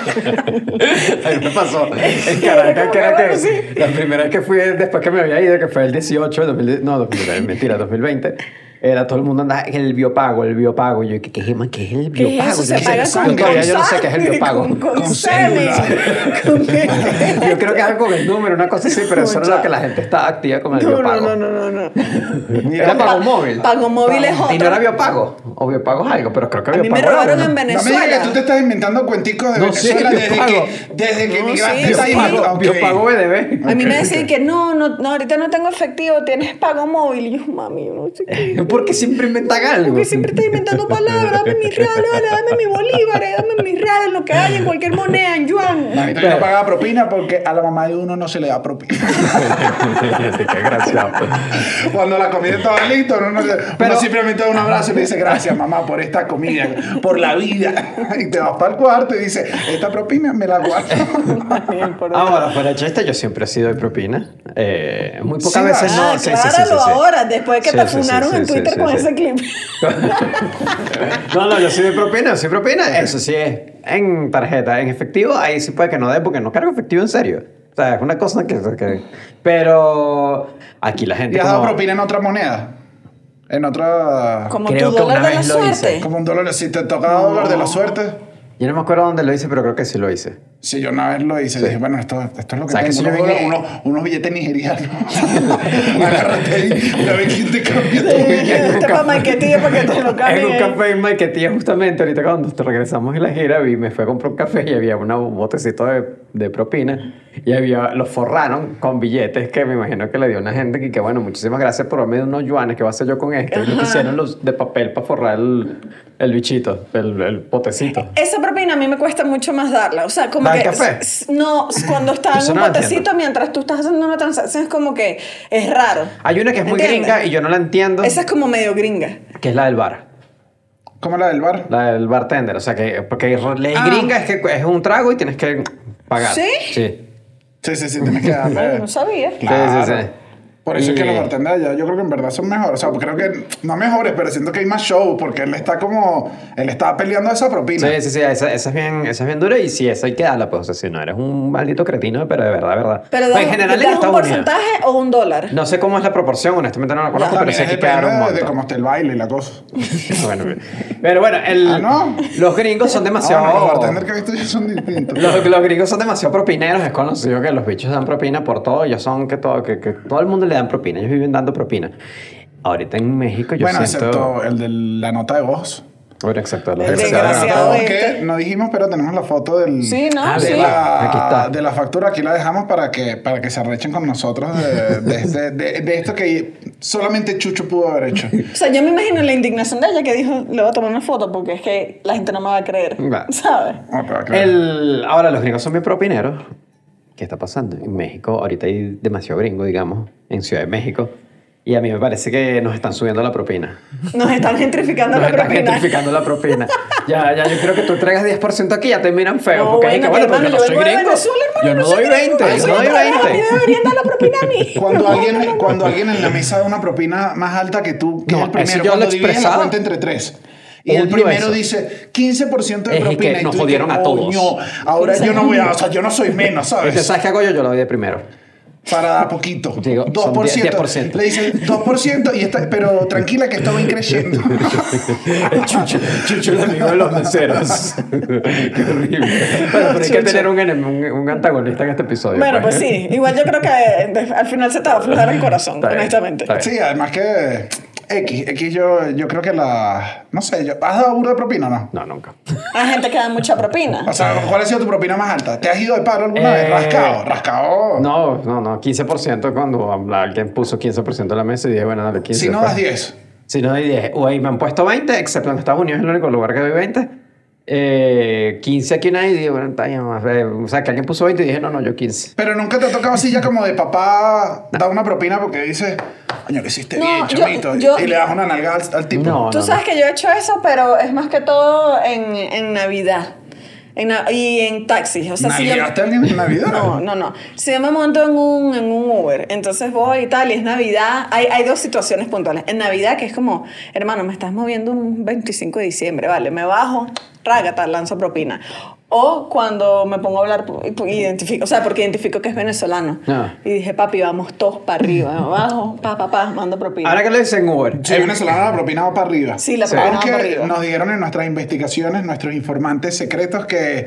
S3: A mí me pasó en Caracas, que era que la primera vez que fui después que me había ido, que fue el 18, el 2010, no, 2020, mentira, 2020, era todo el mundo andaba en el biopago, el biopago. Y yo, ¿qué, qué, es, man? ¿Qué es el
S2: ¿Qué es eso?
S3: biopago? Yo
S2: Se
S3: no sé,
S2: paga
S3: yo
S2: con
S3: todavía yo no sé qué es el
S2: constante,
S3: biopago.
S2: Con, con
S1: Con
S2: cédula. Con qué-
S3: Yo creo que es algo con el número, una cosa así, pero eso era lo que la gente estaba activa con el
S2: No,
S3: biopago.
S2: no, no, no, no, no.
S3: Era pago
S2: Pa-
S3: móvil.
S2: Pago móvil es
S3: Y no
S2: otro.
S3: era biopago. O biopago es algo, pero creo que
S2: A mí
S3: biopago
S2: me
S3: era
S2: robaron
S3: uno.
S2: en
S1: No me digas
S2: Venezuela.
S1: que tú te estás inventando cuenticos de
S3: No, sí,
S1: Venezuela
S3: yo
S1: desde
S3: pago.
S1: que, desde que
S2: No,
S1: emigraste
S2: sí,
S1: a
S2: sí.
S1: Italia.
S3: Biopago,
S1: Ok.
S3: biopago BDB.
S2: A mí me decían que no, no, no, ahorita no tengo efectivo, tienes pago móvil. Y yo, mami, yo no sé qué.
S3: Porque siempre inventan algo.
S2: Porque siempre estás inventando palabras, dame mi real, vale, dame mi bolívar, eh, dame mi real, lo que haya, en cualquier moneda, en yuan.
S1: Mamita, yo no pagaba propina porque a la mamá de uno no se le da propina.
S3: Qué gracioso.
S1: Cuando la comida estaba lista, uno, no le- uno
S3: Pero-
S1: simplemente da un abrazo y le dice gracias mamá por esta comida, por la vida. Y te vas para el cuarto y dices, esta propina me la guardo.
S3: Ahora, Ah, fuera de chiste, yo siempre he sido de propina. Eh, muy pocas
S1: Sí,
S3: veces
S1: ¿verdad?
S3: no.
S2: ah,
S3: sí, sí, sí,
S2: acláralo
S3: sí, sí.
S2: ahora, después de que
S3: Sí,
S2: te
S3: sí, sí,
S2: funaron
S3: sí,
S2: en
S3: sí,
S2: Twitter
S3: sí,
S2: con
S3: sí.
S2: ese clip.
S3: No, no, yo soy de propina, yo soy de propina. Eso sí es. En tarjeta, en efectivo, ahí sí puede que no dé porque no cargo efectivo en serio. O sea, es una cosa que. que- pero aquí la gente.
S1: ¿Y has dado
S3: como-
S1: propina en otra moneda? En otra...
S2: Como
S3: Creo
S2: tu
S3: que
S2: dólar
S3: una
S2: de la
S3: vez lo hice.
S2: suerte.
S1: Como un dólar, si te tocaba dólar de la suerte.
S3: Yo no me acuerdo dónde lo hice, pero creo que sí lo hice.
S1: Si yo una vez lo hice, dije, bueno, esto, esto es lo que
S3: ¿Sabes
S1: tengo,
S3: que
S1: unos,
S3: si yo
S1: dólares-
S3: llegué-
S1: unos- unos billetes nigerianos. Agárrate ahí, la vez que te cambia tu billete.
S2: Este para Maiquetilla para que te lo
S3: En
S2: cambien.
S3: un café en Maiquetía, justamente, ahorita cuando te regresamos de la gira, vi, me fue a comprar un café y había una- un botecito de, de propina y había, los forraron con billetes que me imagino que le dio una gente que, que bueno, muchísimas gracias por darme unos yuanes, ¿qué voy a hacer yo con esto? Y lo que hicieron los de papel para forrar el, el bichito, el, el potecito.
S2: Esa propina a mí me cuesta mucho más darla. O sea, como
S3: ¿Dar
S2: que.
S3: café?
S2: s- s- No, s- cuando está en
S3: Eso
S2: un
S3: no lo
S2: botecito
S3: entiendo.
S2: mientras tú estás haciendo una transacción es como que es raro.
S3: Hay una que es muy
S2: ¿Entiendes?
S3: gringa y yo no la entiendo,
S2: Esa es como medio gringa.
S3: que es la del bar.
S1: ¿Cómo la del bar?
S3: La del bartender, o sea que, porque la
S1: Ah.
S3: gringa es que es un trago y tienes que pagar.
S2: ¿Sí?
S3: Sí.
S1: Sí, sí, sí, tienes que
S2: Ay,
S1: darle.
S2: no sabía.
S3: Sí, sí,
S1: Claro.
S3: sí.
S1: Por eso es que
S3: Y-
S1: los bartenders allá yo creo que en verdad son mejores. O sea, creo que no mejores, pero siento que hay más show porque él está como. Él está peleando esa propina.
S3: Sí, sí, sí, esa, esa es bien, esa es bien dura y si esa hay que darla, pues, o sea, si no eres un maldito cretino, pero de verdad, de verdad.
S2: Pero
S3: Pues,
S2: das,
S3: en general en
S2: das un
S3: Estados Unidos.
S2: porcentaje o un dólar.
S3: No sé cómo es la proporción, honestamente no la conozco,
S1: También
S3: pero sé
S1: es
S3: que
S1: depende
S3: quedaron un
S1: de- de cómo
S3: montón.
S1: esté el baile y la cosa.
S3: Bueno, bien. pero bueno, el-
S1: Ah, ¿no?
S3: los gringos son demasiado...
S1: Ah, no, los bartenders que he visto yo son distintos.
S3: Los, los gringos son demasiado propineros, es conocido que los bichos dan propina por todo, ellos son que todo, que, que todo el mundo le dan propina, ellos viven dando propina. Ahorita en México yo
S1: bueno,
S3: siento...
S1: excepto el de la nota de voz.
S3: Bueno, exacto. los-
S2: El
S1: Ese de la
S2: desgraciado
S1: nota de voz
S2: este.
S1: que no dijimos, pero tenemos la foto del.
S2: Sí, ¿no?
S3: Ah,
S2: sí.
S1: de,
S3: Ah,
S1: la,
S3: aquí está.
S1: de la factura, aquí la dejamos para que, para que se arrechen con nosotros de, de este- de- de esto que solamente Chucho pudo haber hecho.
S2: O sea, yo me imagino la indignación de ella que dijo, le voy a tomar una foto porque es que la gente no me va a creer.
S3: Va.
S2: ¿Sabes?
S1: No te va a creer.
S3: El, ahora, los gringos son bien propineros. ¿Qué está pasando? En México, ahorita hay demasiado gringo, digamos, en Ciudad de México. Y a mí me parece que nos están subiendo la propina.
S2: Nos están gentrificando
S3: Nos
S2: la
S3: están
S2: propina.
S3: gentrificando la propina. Ya, ya, yo creo que tú entregas 10% aquí y ya te miran feo.
S2: No,
S3: porque es que,
S2: bueno,
S3: bueno,
S2: que,
S3: porque
S2: hermano, yo vengo
S3: no soy
S2: de
S3: gringo.
S2: Venezuela, hermano,
S3: Yo no
S2: soy
S3: doy
S2: gringo.
S3: 20,
S2: Ay,
S3: yo
S2: soy
S3: no doy
S2: otra vez, A mí
S3: 20.
S2: me deberían dar la propina a mí.
S1: Cuando alguien, cuando alguien en la mesa da una propina más alta que tú, que
S3: No,
S1: es el primero,
S3: eso yo lo
S1: cuando divides la
S3: expresaba.
S1: cuenta entre tres. Y el
S3: Odio
S1: primero
S3: eso.
S1: dice 15% de
S3: Es
S1: propina.
S3: que
S1: y
S3: nos
S1: tú dices,
S3: jodieron a todos.
S1: "Coño, ahora yo no voy a, o sea, yo no soy menos,
S3: Entonces,
S1: ¿sabes?
S3: ¿sabes qué hago yo? Yo la doy de primero.
S1: Para dar poquito.
S3: Digo, son
S1: 2%.
S3: 10%.
S1: Le dicen 2% y está, pero tranquila que estaba creciendo.
S3: Chucho, Chucho el amigo de los meseros. Qué horrible. Bueno, pero hay que
S2: Chucho.
S3: tener un, enem- un, un antagonista en este episodio.
S2: Bueno,
S3: pues.
S2: pues sí. Igual yo creo que eh, de- al final se te va a aflojar el corazón,
S3: Está bien,
S2: honestamente.
S3: está bien.
S1: sí, además que X, X yo, yo creo que la, no sé, yo, ¿has dado burda de propina o no?
S3: No, nunca.
S2: Hay gente que da mucha propina.
S1: O sea, ¿cuál ha sido tu propina más alta? ¿Te has ido de paro alguna
S3: Eh,
S1: vez? Rascado, rascado.
S3: No, no, no, 15% cuando alguien puso 15% a la mesa y dije, bueno, dale 15%.
S1: si no
S3: pues.
S1: das 10.
S3: Si no doy 10. Güey, me han puesto 20, excepto en Estados Unidos, es el único lugar que doy 20. Eh, 15 aquí nadie, y dije, bueno, está bien, más, eh, o sea, que alguien puso 20 y dije, no, no, yo 15.
S1: Pero nunca te ha tocado así ya como de papá da una propina porque dices, coño, lo hiciste
S2: No,
S1: bien,
S2: yo-
S1: chamito. y-
S2: yo-
S1: y le das una nalgada al, al tipo.
S3: No,
S2: Tú
S3: no,
S2: sabes que yo he hecho eso, pero es más que todo en, en Navidad. En na- y en taxis. O sea, si yo-
S1: ¿Nalgaste a alguien en Navidad?
S2: No, no, no. Si yo me monto en un, en un Uber, entonces voy y tal, y es Navidad, hay, hay dos situaciones puntuales. En Navidad, que es como, hermano, me estás moviendo un 25 de diciembre, vale, me bajo, rágata, lanzo propina. O cuando me pongo a hablar, pu- pu- identifico, o sea, porque identifico que es venezolano.
S3: Ah.
S2: Y dije, papi, vamos todos para arriba, abajo, pa, pa, pa, mando propina.
S3: Ahora que lo dicen Uber.
S1: Sí,
S3: el-
S1: venezolano la propina va para arriba.
S2: Sí, la
S3: Sí.
S2: propina va
S1: Aunque
S2: para arriba.
S1: nos dijeron en nuestras investigaciones, nuestros informantes secretos, que,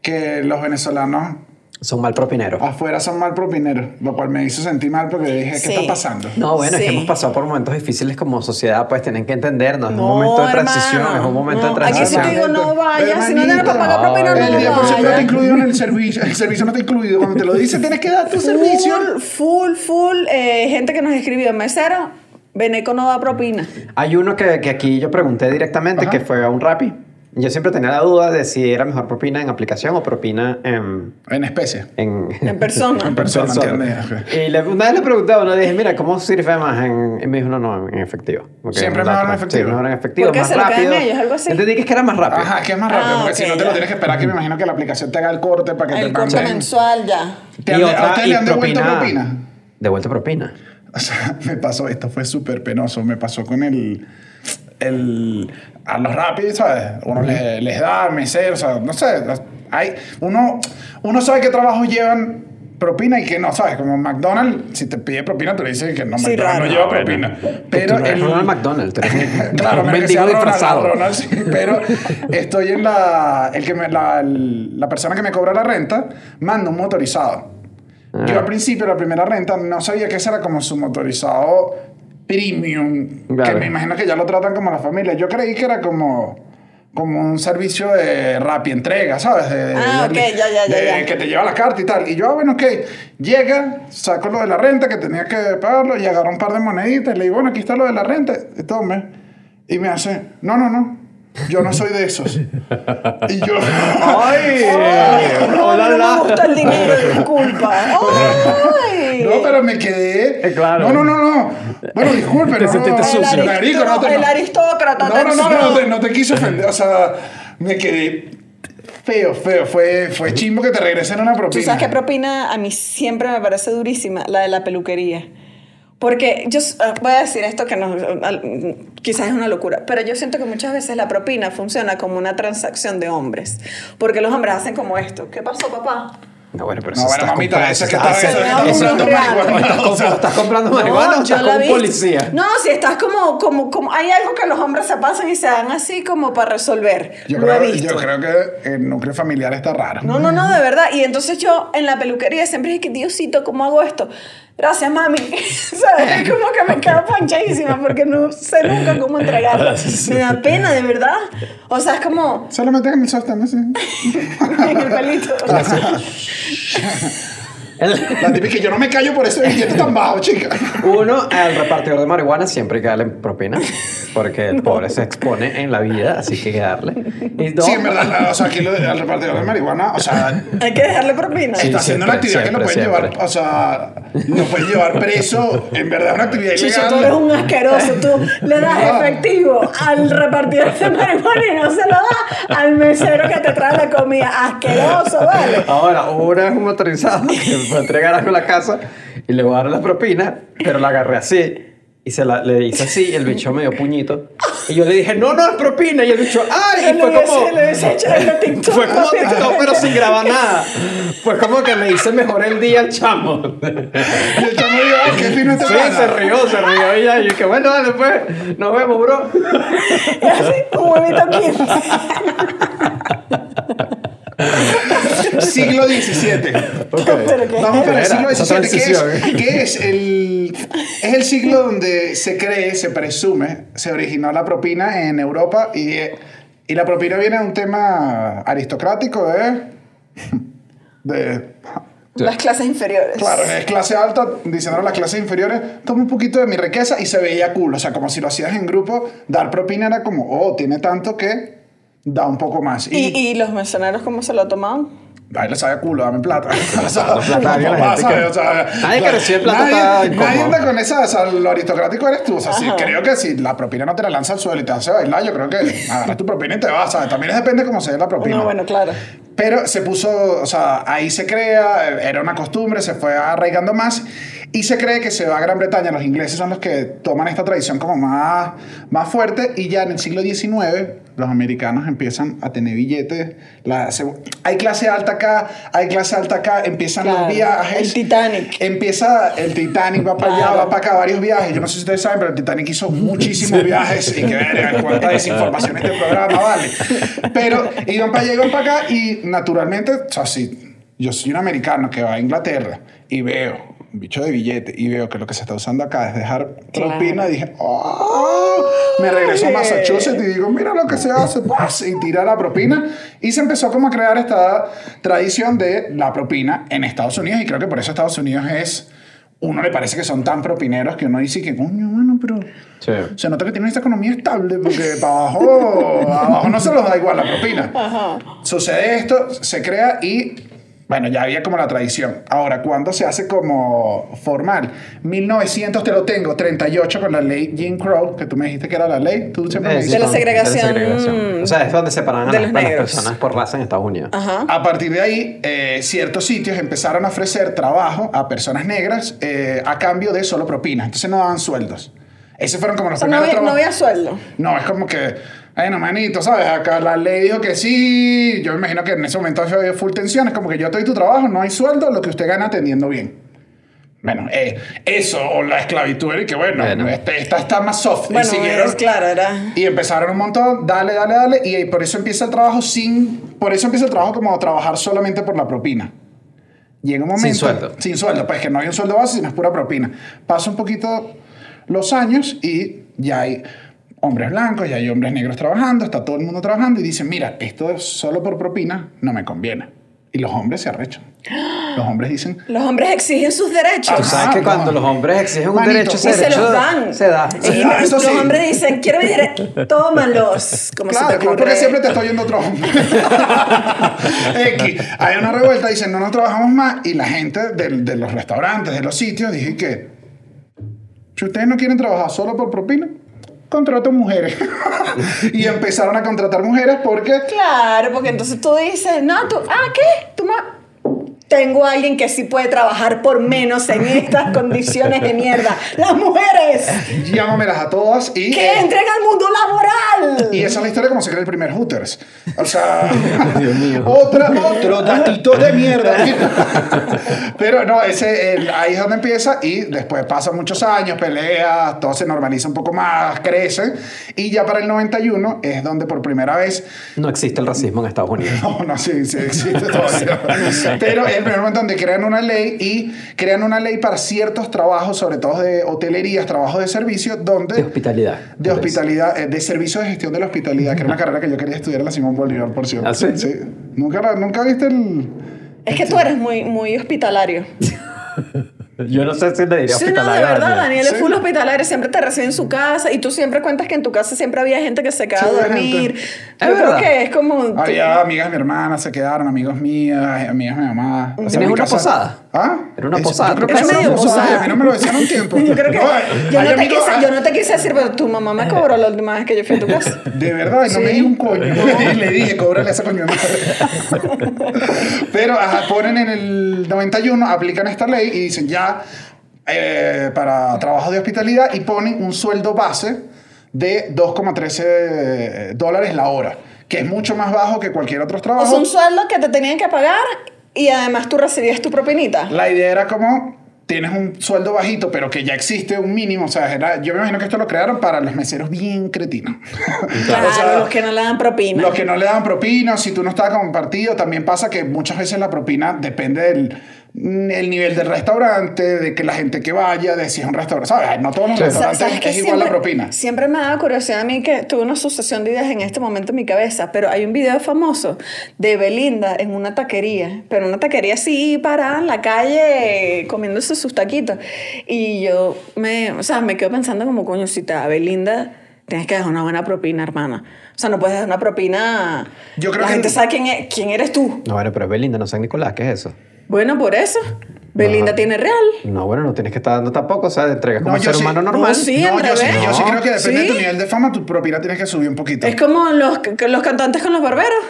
S1: que los venezolanos
S3: son mal propineros.
S1: afuera son mal propineros, lo cual me hizo sentir mal porque dije, ¿qué
S2: Sí.
S1: está pasando?
S3: No, bueno, es que
S2: Sí.
S3: hemos pasado por momentos difíciles como sociedad, pues tienen que entendernos. Es un
S2: No,
S3: momento de
S2: hermano,
S3: transición, es un momento de
S2: no, aquí sí
S3: transición.
S2: te digo, no vayas, si no tienes para pagar
S3: Hermanito,
S2: propina,
S1: El
S2: no
S1: 10% no
S2: vayas.
S1: está incluido en el servicio, el servicio no está incluido. Cuando te lo dice, tienes que
S2: Uh.
S1: dar tu servicio.
S2: Full, full, full eh, gente que nos escribió mesero. Veneco no da propina.
S3: Hay uno que, que aquí yo pregunté directamente,
S1: Ajá.
S3: que fue a un Rappi. Yo siempre tenía la duda de si era mejor propina en aplicación o propina en...
S1: En especie.
S3: En,
S2: En persona.
S1: En persona, ¿entiendes?
S3: Y le, una vez le preguntaba, uno le dije, mira, ¿cómo sirve más? En, y me dijo, no, no, en efectivo. Porque
S1: Siempre
S3: en verdad,
S1: mejor en
S3: sí,
S1: efectivo.
S3: mejor en efectivo,
S2: ¿Por qué
S3: más
S2: se lo quedan
S3: rápido.
S2: ellos, algo así?
S3: Entendí que es que era más rápido.
S1: Ajá, que es más rápido,
S2: Ah,
S1: porque si
S2: ok,
S1: no te lo
S2: ya.
S1: tienes que esperar, que me imagino que la aplicación te haga el corte para que te
S2: El corte
S1: manden.
S2: mensual ya.
S1: ¿Te han- ¿A ustedes le han devuelto propina?
S3: Devuelto propina.
S1: O sea, me pasó, esto fue súper penoso, me pasó con el... el a los rápidos, ¿sabes? Uno les, les da mesero, o sea, no sé, hay, uno, uno sabe qué trabajos llevan propina y que no, ¿sabes? Como McDonald's, si te pide propina, te dice que no,
S2: Sí,
S1: McDonald's
S2: raro.
S1: no lleva propina.
S3: Pero
S1: Pero
S3: no eres
S1: el,
S3: Ronald McDonald, tú eres un-
S1: Claro,
S3: un
S1: menos que
S3: mendigo
S1: sea Ronald,
S3: disfrazado.
S1: Ronald, sí, pero estoy en la, el que me- la, el- la persona que me cobra la renta manda un motorizado.
S3: Ah.
S1: Yo al principio, la primera renta, no sabía que ese era como su motorizado premium,
S3: Claro.
S1: que me imagino que ya lo tratan como la familia. Yo creí que era como, como un servicio de rap y entrega, ¿sabes? De-
S2: Ah,
S1: de-
S2: ok, ya, ya, ya,
S1: de-
S2: ya.
S1: Que te lleva la carta y tal. Y yo, ah, bueno, ok, llega, saco lo de la renta que tenía que pagarlo y agarro un par de moneditas y le digo, bueno, aquí está lo de la renta, y tome. Y me hace, no, no, no, yo no soy de esos. y yo,
S3: ¡Ay!
S2: Ay, no,
S3: Hola,
S2: no
S3: hola.
S2: me gusta el dinero, disculpa. Ay.
S1: No, pero me quedé.
S3: Eh, claro.
S1: No, no, no, no. Bueno, disculpe,
S3: Te
S1: no,
S3: sentiste
S1: no,
S3: sucio.
S2: El
S1: Marico, no te-
S2: aristó- el aristócrata
S1: No, no, no,
S2: te
S1: no, no,
S2: enseñó.
S1: te, no te quise ofender. O sea, me quedé feo, feo. Fue, fue chimbo que te regresen una
S2: ¿Tú
S1: propina.
S2: sabes qué propina a mí siempre me parece durísima? La de la peluquería. Porque yo s- ah, voy a decir esto que no, al- quizás es una locura, pero yo siento que muchas veces la propina funciona como una transacción de hombres. Porque los hombres hacen como esto. ¿Qué pasó, papá?
S3: No, bueno, pero
S1: No,
S3: eso
S1: bueno,
S3: estás
S1: mamita,
S3: comprando-
S1: eso es que
S3: estás-
S1: estás-
S3: eso-
S2: estás
S3: eso-
S2: comprando
S1: marihuana,
S3: estás
S1: o sea.
S3: comp- ¿Estás comprando marihuana o
S2: yo
S3: estás
S2: la
S3: con
S2: vi.
S3: policía?
S2: No, si estás como, como, como, hay algo que los hombres se pasan y se dan así como para resolver.
S1: Yo,
S2: Lo he
S1: creo,
S2: visto.
S1: yo creo que el núcleo familiar está raro.
S2: No, no, no, de verdad. Y entonces yo en la peluquería siempre dije, Diosito, ¿cómo hago esto? Gracias, mami. ¿Sabes? Como que me quedo panchadísima porque no sé nunca cómo
S3: Ah,
S2: entregarla. Me da pena, de verdad. O sea, es como
S1: Se lo meten en el sostén, así.
S2: en el pelito.
S3: El-
S1: La típica que yo no me callo por eso de billete tan bajo, chica.
S3: Uno, al repartidor de marihuana siempre hay que darle propina, porque el pobre se expone en la vida, así que hay que darle. Y dos,
S1: Sí, en verdad, o sea, aquí lo, el repartidor de marihuana, o sea,
S2: Hay que dejarle propina.
S3: Sí.
S1: está haciendo una actividad que lo pueden
S3: siempre,
S1: llevar, o sea, lo pueden llevar preso, en verdad es una actividad
S2: Chicho, tú eres
S1: ilegal.
S2: un asqueroso. Tú le das efectivo al repartidor de marihuana y no se lo das al mesero que te trae la comida. Asqueroso, vale.
S3: Ahora, una es un motorizado que me fue a entregar algo a la casa y le voy a dar la propina, pero la agarré así y se la, le hice así y el bicho me dio puñito. Y yo le dije, no, no, es propina. Y el bicho, ay, y
S2: Él lo
S3: fue como...
S2: hubiese, lo hubiese hecho en el TikTok.
S3: Fue como TikTok, pero sin grabar nada. Fue como que le hice mejor el día al chamo.
S1: Y el chamo dijo, "Ah, qué fino este
S3: Sí,
S1: pana".
S3: se rió, se rió y ya. Yo dije, bueno, dale, pues, nos vemos, bro.
S2: Y así, un huevito aquí.
S1: Siglo XVII.
S2: Pero que-
S1: Vamos para el
S3: Era,
S1: siglo
S3: esa
S1: XVII, que es,
S3: transición.
S1: que es el, es el siglo donde se cree, se presume, se originó la propina en Europa y, y la propina viene de un tema aristocrático de... de
S2: Las clases inferiores.
S1: claro, es clase alta, diciendo a las clases inferiores, toma un poquito de mi riqueza y se veía cool. O sea, como si lo hacías en grupo, dar propina era como, oh, tiene tanto que da un poco más.
S2: ¿Y, y los mercenarios cómo se lo tomaban?
S1: Ahí le sabe a culo, dame plata. O sea,
S3: Dame plata,
S1: no
S3: la
S1: pasa,
S3: gente que-
S1: o sea,
S3: Nadie que recibe plata
S1: nadie-
S3: está incómodo.
S1: Nadie anda con esa, o sea, lo aristocrático eres tú. O sea, sí,
S2: Ajá.
S1: creo que si la propina no te la lanza al suelo y te hace bailar, yo creo que agarras tu propina y te vas, ¿sabes? También depende cómo se dé la propina.
S2: No, bueno, claro.
S1: Pero se puso, o sea, ahí se crea, eh, era una costumbre, se fue arraigando más y se cree que se va a Gran Bretaña. Los ingleses son los que toman esta tradición como más, más fuerte y ya en el siglo XIX los americanos empiezan a tener billetes. La- se- hay clase alta acá, hay clase alta acá, empiezan
S2: Claro,
S1: los viajes.
S2: el Titanic.
S1: Empieza el Titanic, va para allá,
S2: Claro.
S1: va para acá, varios viajes. Yo no sé si ustedes saben, pero el Titanic hizo muchísimos viajes y que verga, cuánta desinformación en este programa, vale. Pero iban para allá, iban para acá y naturalmente, o sea, si yo soy un americano que va a Inglaterra y veo un bicho de billete y veo que lo que se está usando acá es dejar
S4: Claro.
S1: propina, dije, ¡oh! Me regreso a Massachusetts y digo, mira lo que se hace, ¡pas! y tira la propina. Y se empezó como a crear esta tradición de la propina en Estados Unidos y creo que por eso Estados Unidos es... Uno le parece que son tan propineros que uno dice que, coño, mano, pero...
S3: Sí.
S1: Se nota que tienen esta economía estable porque para abajo, abajo no se los da igual la propina. Sucede esto, se crea y, bueno, ya había como la tradición. Ahora, ¿cuándo se hace como formal? 1900 te lo tengo, 38 con la ley Jim Crow, que tú me dijiste que era la ley. Tú siempre me
S3: Sí,
S2: De la
S1: dices.
S3: son-
S2: segregación.
S3: Eh, de la segregación. O sea, es donde separan a
S2: de
S3: las,
S2: los
S3: a las
S2: negros.
S3: personas por raza en Estados Unidos.
S2: Ajá.
S1: A partir de ahí, eh, ciertos sitios empezaron a ofrecer trabajo a personas negras eh, a cambio de solo propinas. Entonces no daban sueldos. Esos fueron como los
S2: O sea, no
S1: primeros
S2: había, no
S1: trabajos.
S2: había sueldo.
S1: No, es como que, bueno, manito, ¿sabes? Acá la ley dijo que sí. Yo me imagino que en ese momento había full tensión. Es como que yo te doy tu trabajo, no hay sueldo, lo que usted gana atendiendo bien. Bueno, eh, eso o la esclavitud, y que bueno,
S3: Bueno.
S1: este- esta está más soft. y
S2: Bueno,
S1: siguieron.
S2: es claro, era.
S1: Y empezaron un montón, dale, dale, dale, y ahí por eso empieza el trabajo sin, por eso empieza el trabajo como trabajar solamente por la propina. Llega un momento
S3: Sin sueldo.
S1: sin sueldo, pues que no hay un sueldo base, sino es pura propina. Pasa un poquito los años y ya hay hombres blancos, ya hay hombres negros trabajando, está todo el mundo trabajando y dicen, mira, esto es solo por propina no me conviene. Y los hombres se arrechan. Los hombres dicen,
S2: Los hombres exigen sus derechos.
S3: Tú sabes
S1: Ah,
S3: que cuando
S1: no.
S3: los hombres exigen un
S1: Manito.
S3: derecho, ese
S2: Y se
S3: derecho
S2: los dan.
S3: se da.
S2: Y
S1: Ah, Se da, eso
S2: los
S1: sí.
S2: hombres dicen, quiero mi derecho. Tómalos. Como se te
S1: Claro, claro,
S2: ocurre.
S1: porque siempre te estoy oyendo otro hombre. X. Hay una revuelta, dicen, no, no trabajamos más. Y la gente del- de, los restaurantes, de los sitios, dije que si ustedes no quieren trabajar solo por propina, contrato mujeres. y empezaron a contratar mujeres porque
S2: Claro, porque entonces tú dices, no, tú, ah, ¿qué? Tú ma- tengo a alguien que sí puede trabajar por menos en estas condiciones de mierda. ¡Las mujeres!
S1: Llámamelas a todas y.
S2: ¡Que entren al mundo laboral!
S1: Y esa es la historia de cómo se crea el primer Hooters. O sea, otra, otro datito de mierda. Pero no, ese, el- ahí es donde empieza y después pasan muchos años, peleas, todo se normaliza un poco más, crecen. Y ya para el 91 es donde por primera vez
S3: No existe el racismo en Estados Unidos.
S1: no, no, sí, sí existe todavía. Pero es el primer momento donde crean una ley y crean una ley para ciertos trabajos, sobre todo de hotelerías, trabajos de servicio, donde...
S3: De hospitalidad.
S1: De hospitalidad, eh, de servicio de gestión de la hospitalidad, que era una carrera que yo quería estudiar en la Simón Bolívar, por cierto.
S3: ¿Ah, sí?
S1: ¿Nunca, la- nunca viste el...
S2: Es que tú eres muy, muy hospitalario.
S3: Yo no sé si le diría
S2: Sí, no, de
S3: hospitalario a
S2: verdad,
S3: Daniel.
S2: Daniel es
S1: Sí.
S2: full hospitalario, siempre te recibe en su casa y tú siempre cuentas que en tu casa siempre había gente que se quedaba
S1: Sí,
S2: a
S1: había
S2: dormir.
S1: gente.
S2: Yo
S3: Es
S2: creo
S3: verdad.
S2: que es como...
S1: Había ah, amigas de mi hermana, se quedaron, amigos mías, amigas de mi mamá. O sea,
S3: ¿Tenías
S1: mi
S3: una
S1: casa-
S3: posada?
S1: ¿Ah?
S3: Era una
S1: Eso-
S3: posada,
S1: Yo creo
S3: tu
S1: que
S2: casa.
S1: era una
S2: Medio
S1: posada.
S2: posada.
S1: A mí no me lo decían un tiempo.
S2: Yo creo que...
S1: Ay,
S2: yo,
S1: hay
S2: no te
S1: amigos- ah,
S2: quise, yo no te quise decir, pero tu mamá me cobró la última vez que yo fui a tu casa.
S1: De verdad, y no
S2: Sí.
S1: me di un coño. Y le dije, cóbrale esa coño. madre". Pero ajá, ponen en el 91, aplican esta ley y dicen ya eh, para trabajo de hospitalidad y ponen un sueldo base de 2,13 dólares la hora, que es mucho más bajo que cualquier otro
S2: O
S1: trabajo.
S2: sea, un sueldo que te tenían que pagar y además tú recibías tu propinita.
S1: La idea era como tienes un sueldo bajito, pero que ya existe un mínimo. O sea, era- yo me imagino que esto lo crearon para los meseros bien cretinos.
S2: Claro,
S1: O sea,
S2: los que no le dan propina.
S1: Los que no le dan propina, si tú no estás compartido, también pasa que muchas veces la propina depende del mm, el nivel del restaurante, de que la gente que vaya, de si es un restaurante, ¿sabes? No todos los
S3: Sí.
S2: Sa-
S1: restaurantes
S2: ¿sabes
S1: es
S2: qué?
S1: igual la propina.
S2: Siempre me daba curiosidad a mí que tuve una sucesión de ideas en este momento en mi cabeza, pero hay un video famoso de Belinda en una taquería, pero una taquería así parada en la calle comiéndose sus taquitos. Y yo me, o sea, me quedo pensando como coñocita, Belinda. Tienes que dejar una buena propina, hermana. O sea, no puedes dejar una propina.
S1: Yo creo
S2: la
S1: que-
S2: gente sabe quién, e- quién eres tú.
S3: No, bueno, pero es Belinda, no San Nicolás, ¿qué es eso?
S2: Bueno, por eso. Belinda
S3: Ajá.
S2: tiene real.
S3: No, bueno, no tienes que estar dando tampoco, o sea, te entregas como
S1: No,
S3: un
S1: yo
S3: ser
S1: sí.
S3: humano
S1: No,
S3: normal.
S2: yo sí.
S1: no,
S2: al
S1: yo sí,
S2: revés.
S1: yo sí creo que depende de tu
S2: Sí.
S1: nivel de fama, tu propina tienes que subir un poquito.
S2: Es como los, los cantantes con los barberos.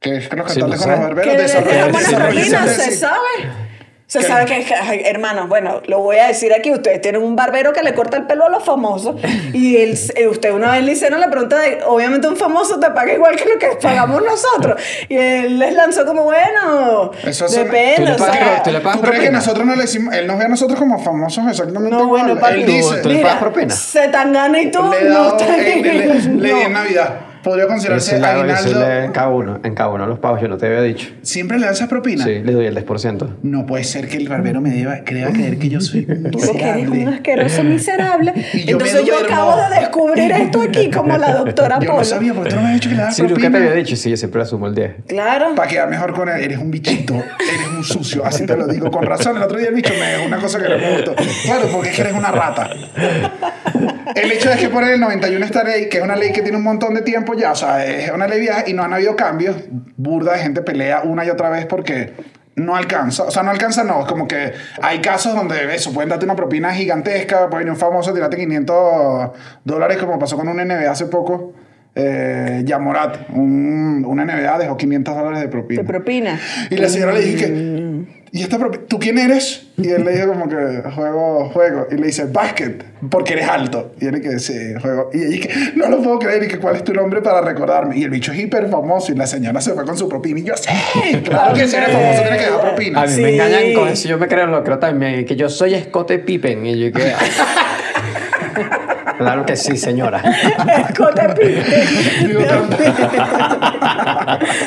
S1: que es que los
S3: Sí,
S1: cantantes
S3: no
S1: con los
S3: sé.
S1: barberos
S2: que
S1: desarrollan-
S2: dejan buenas
S1: desarrollan ese
S2: propinas, se
S1: tesis.
S2: sabe. Se
S1: ¿Qué?
S2: sabe que, ay, hermanos, bueno, lo voy a decir aquí, ustedes tienen un barbero que le corta el pelo a los famosos y él, eh, usted una vez le hicieron la pregunta de, obviamente un famoso te paga igual que lo que pagamos nosotros. Y él les lanzó como, bueno,
S1: Eso hace-
S3: Tú
S2: depende,
S3: le
S2: o
S3: pagas-
S2: sea,
S3: tú le pagas
S1: ¿Tú crees que
S3: propina?
S1: nosotros no le decimos, él nos ve a nosotros como famosos exactamente?
S2: no,
S1: igual?
S2: bueno, papi,
S1: él dice,
S3: tú le pagas propina?
S2: se tan gana y tú,
S1: le he
S2: no,
S1: dado- eh, le, le- le di
S2: no.
S1: en Navidad. Podría considerarse
S3: Ese le- ese
S1: aguinaldo.
S3: le- en cada uno, en cada uno de los pavos, yo no te había dicho.
S1: ¿Siempre le lanzas propina?
S3: Sí, le doy el 10%.
S1: No puede ser que el barbero me deba, crea creer que yo soy
S2: Tú lo que eres un
S1: miserable.
S2: asqueroso miserable.
S1: Y yo me
S2: Entonces yo
S1: duermo.
S2: acabo de descubrir esto aquí como la doctora
S1: Yo
S2: Polo.
S1: no sabía, porque tú no me has dicho que le dabas
S3: Sí, nunca te había
S1: propina.
S3: dicho, sí, yo siempre asumo el 10.
S2: Claro.
S1: Para quedar mejor con él, eres un bichito, eres un sucio, así te lo digo con razón. El otro día el bicho me dijo una cosa que no me gustó. Claro, porque es que eres una rata. El hecho es que por el 91 esta ley, que es una ley que tiene un montón de tiempo ya, o sea, es una ley vieja y no han habido cambios. Burda de gente pelea una y otra vez porque no alcanza. O sea, no alcanza, no. Es como que hay casos donde eso, pueden darte una propina gigantesca, puede venir un famoso, tirarte 500 dólares, como pasó con un NBA hace poco. Eh, Yamorat, un, una NBA dejó 500 dólares de propina.
S2: Te propina.
S1: Y la señora le dijo que, ¿y esta propi- ¿Tú quién eres? Y él le dijo como que, juego, juego. Y le dice, básquet, porque eres alto. Y él le que, sí, juego. Y ella que, no lo puedo creer. Y que, ¿cuál es tu nombre para recordarme? Y el bicho es hiper famoso. Y la señora se fue con su propina. Y yo, sí, "Eh, claro que si eres famoso tienes que dar propina.
S3: A mí me
S2: Mm. Sí.
S3: engañan con eso, yo me creo, lo creo también, que yo soy escote Pippen. Y yo que. claro que sí, señora.
S1: Digo,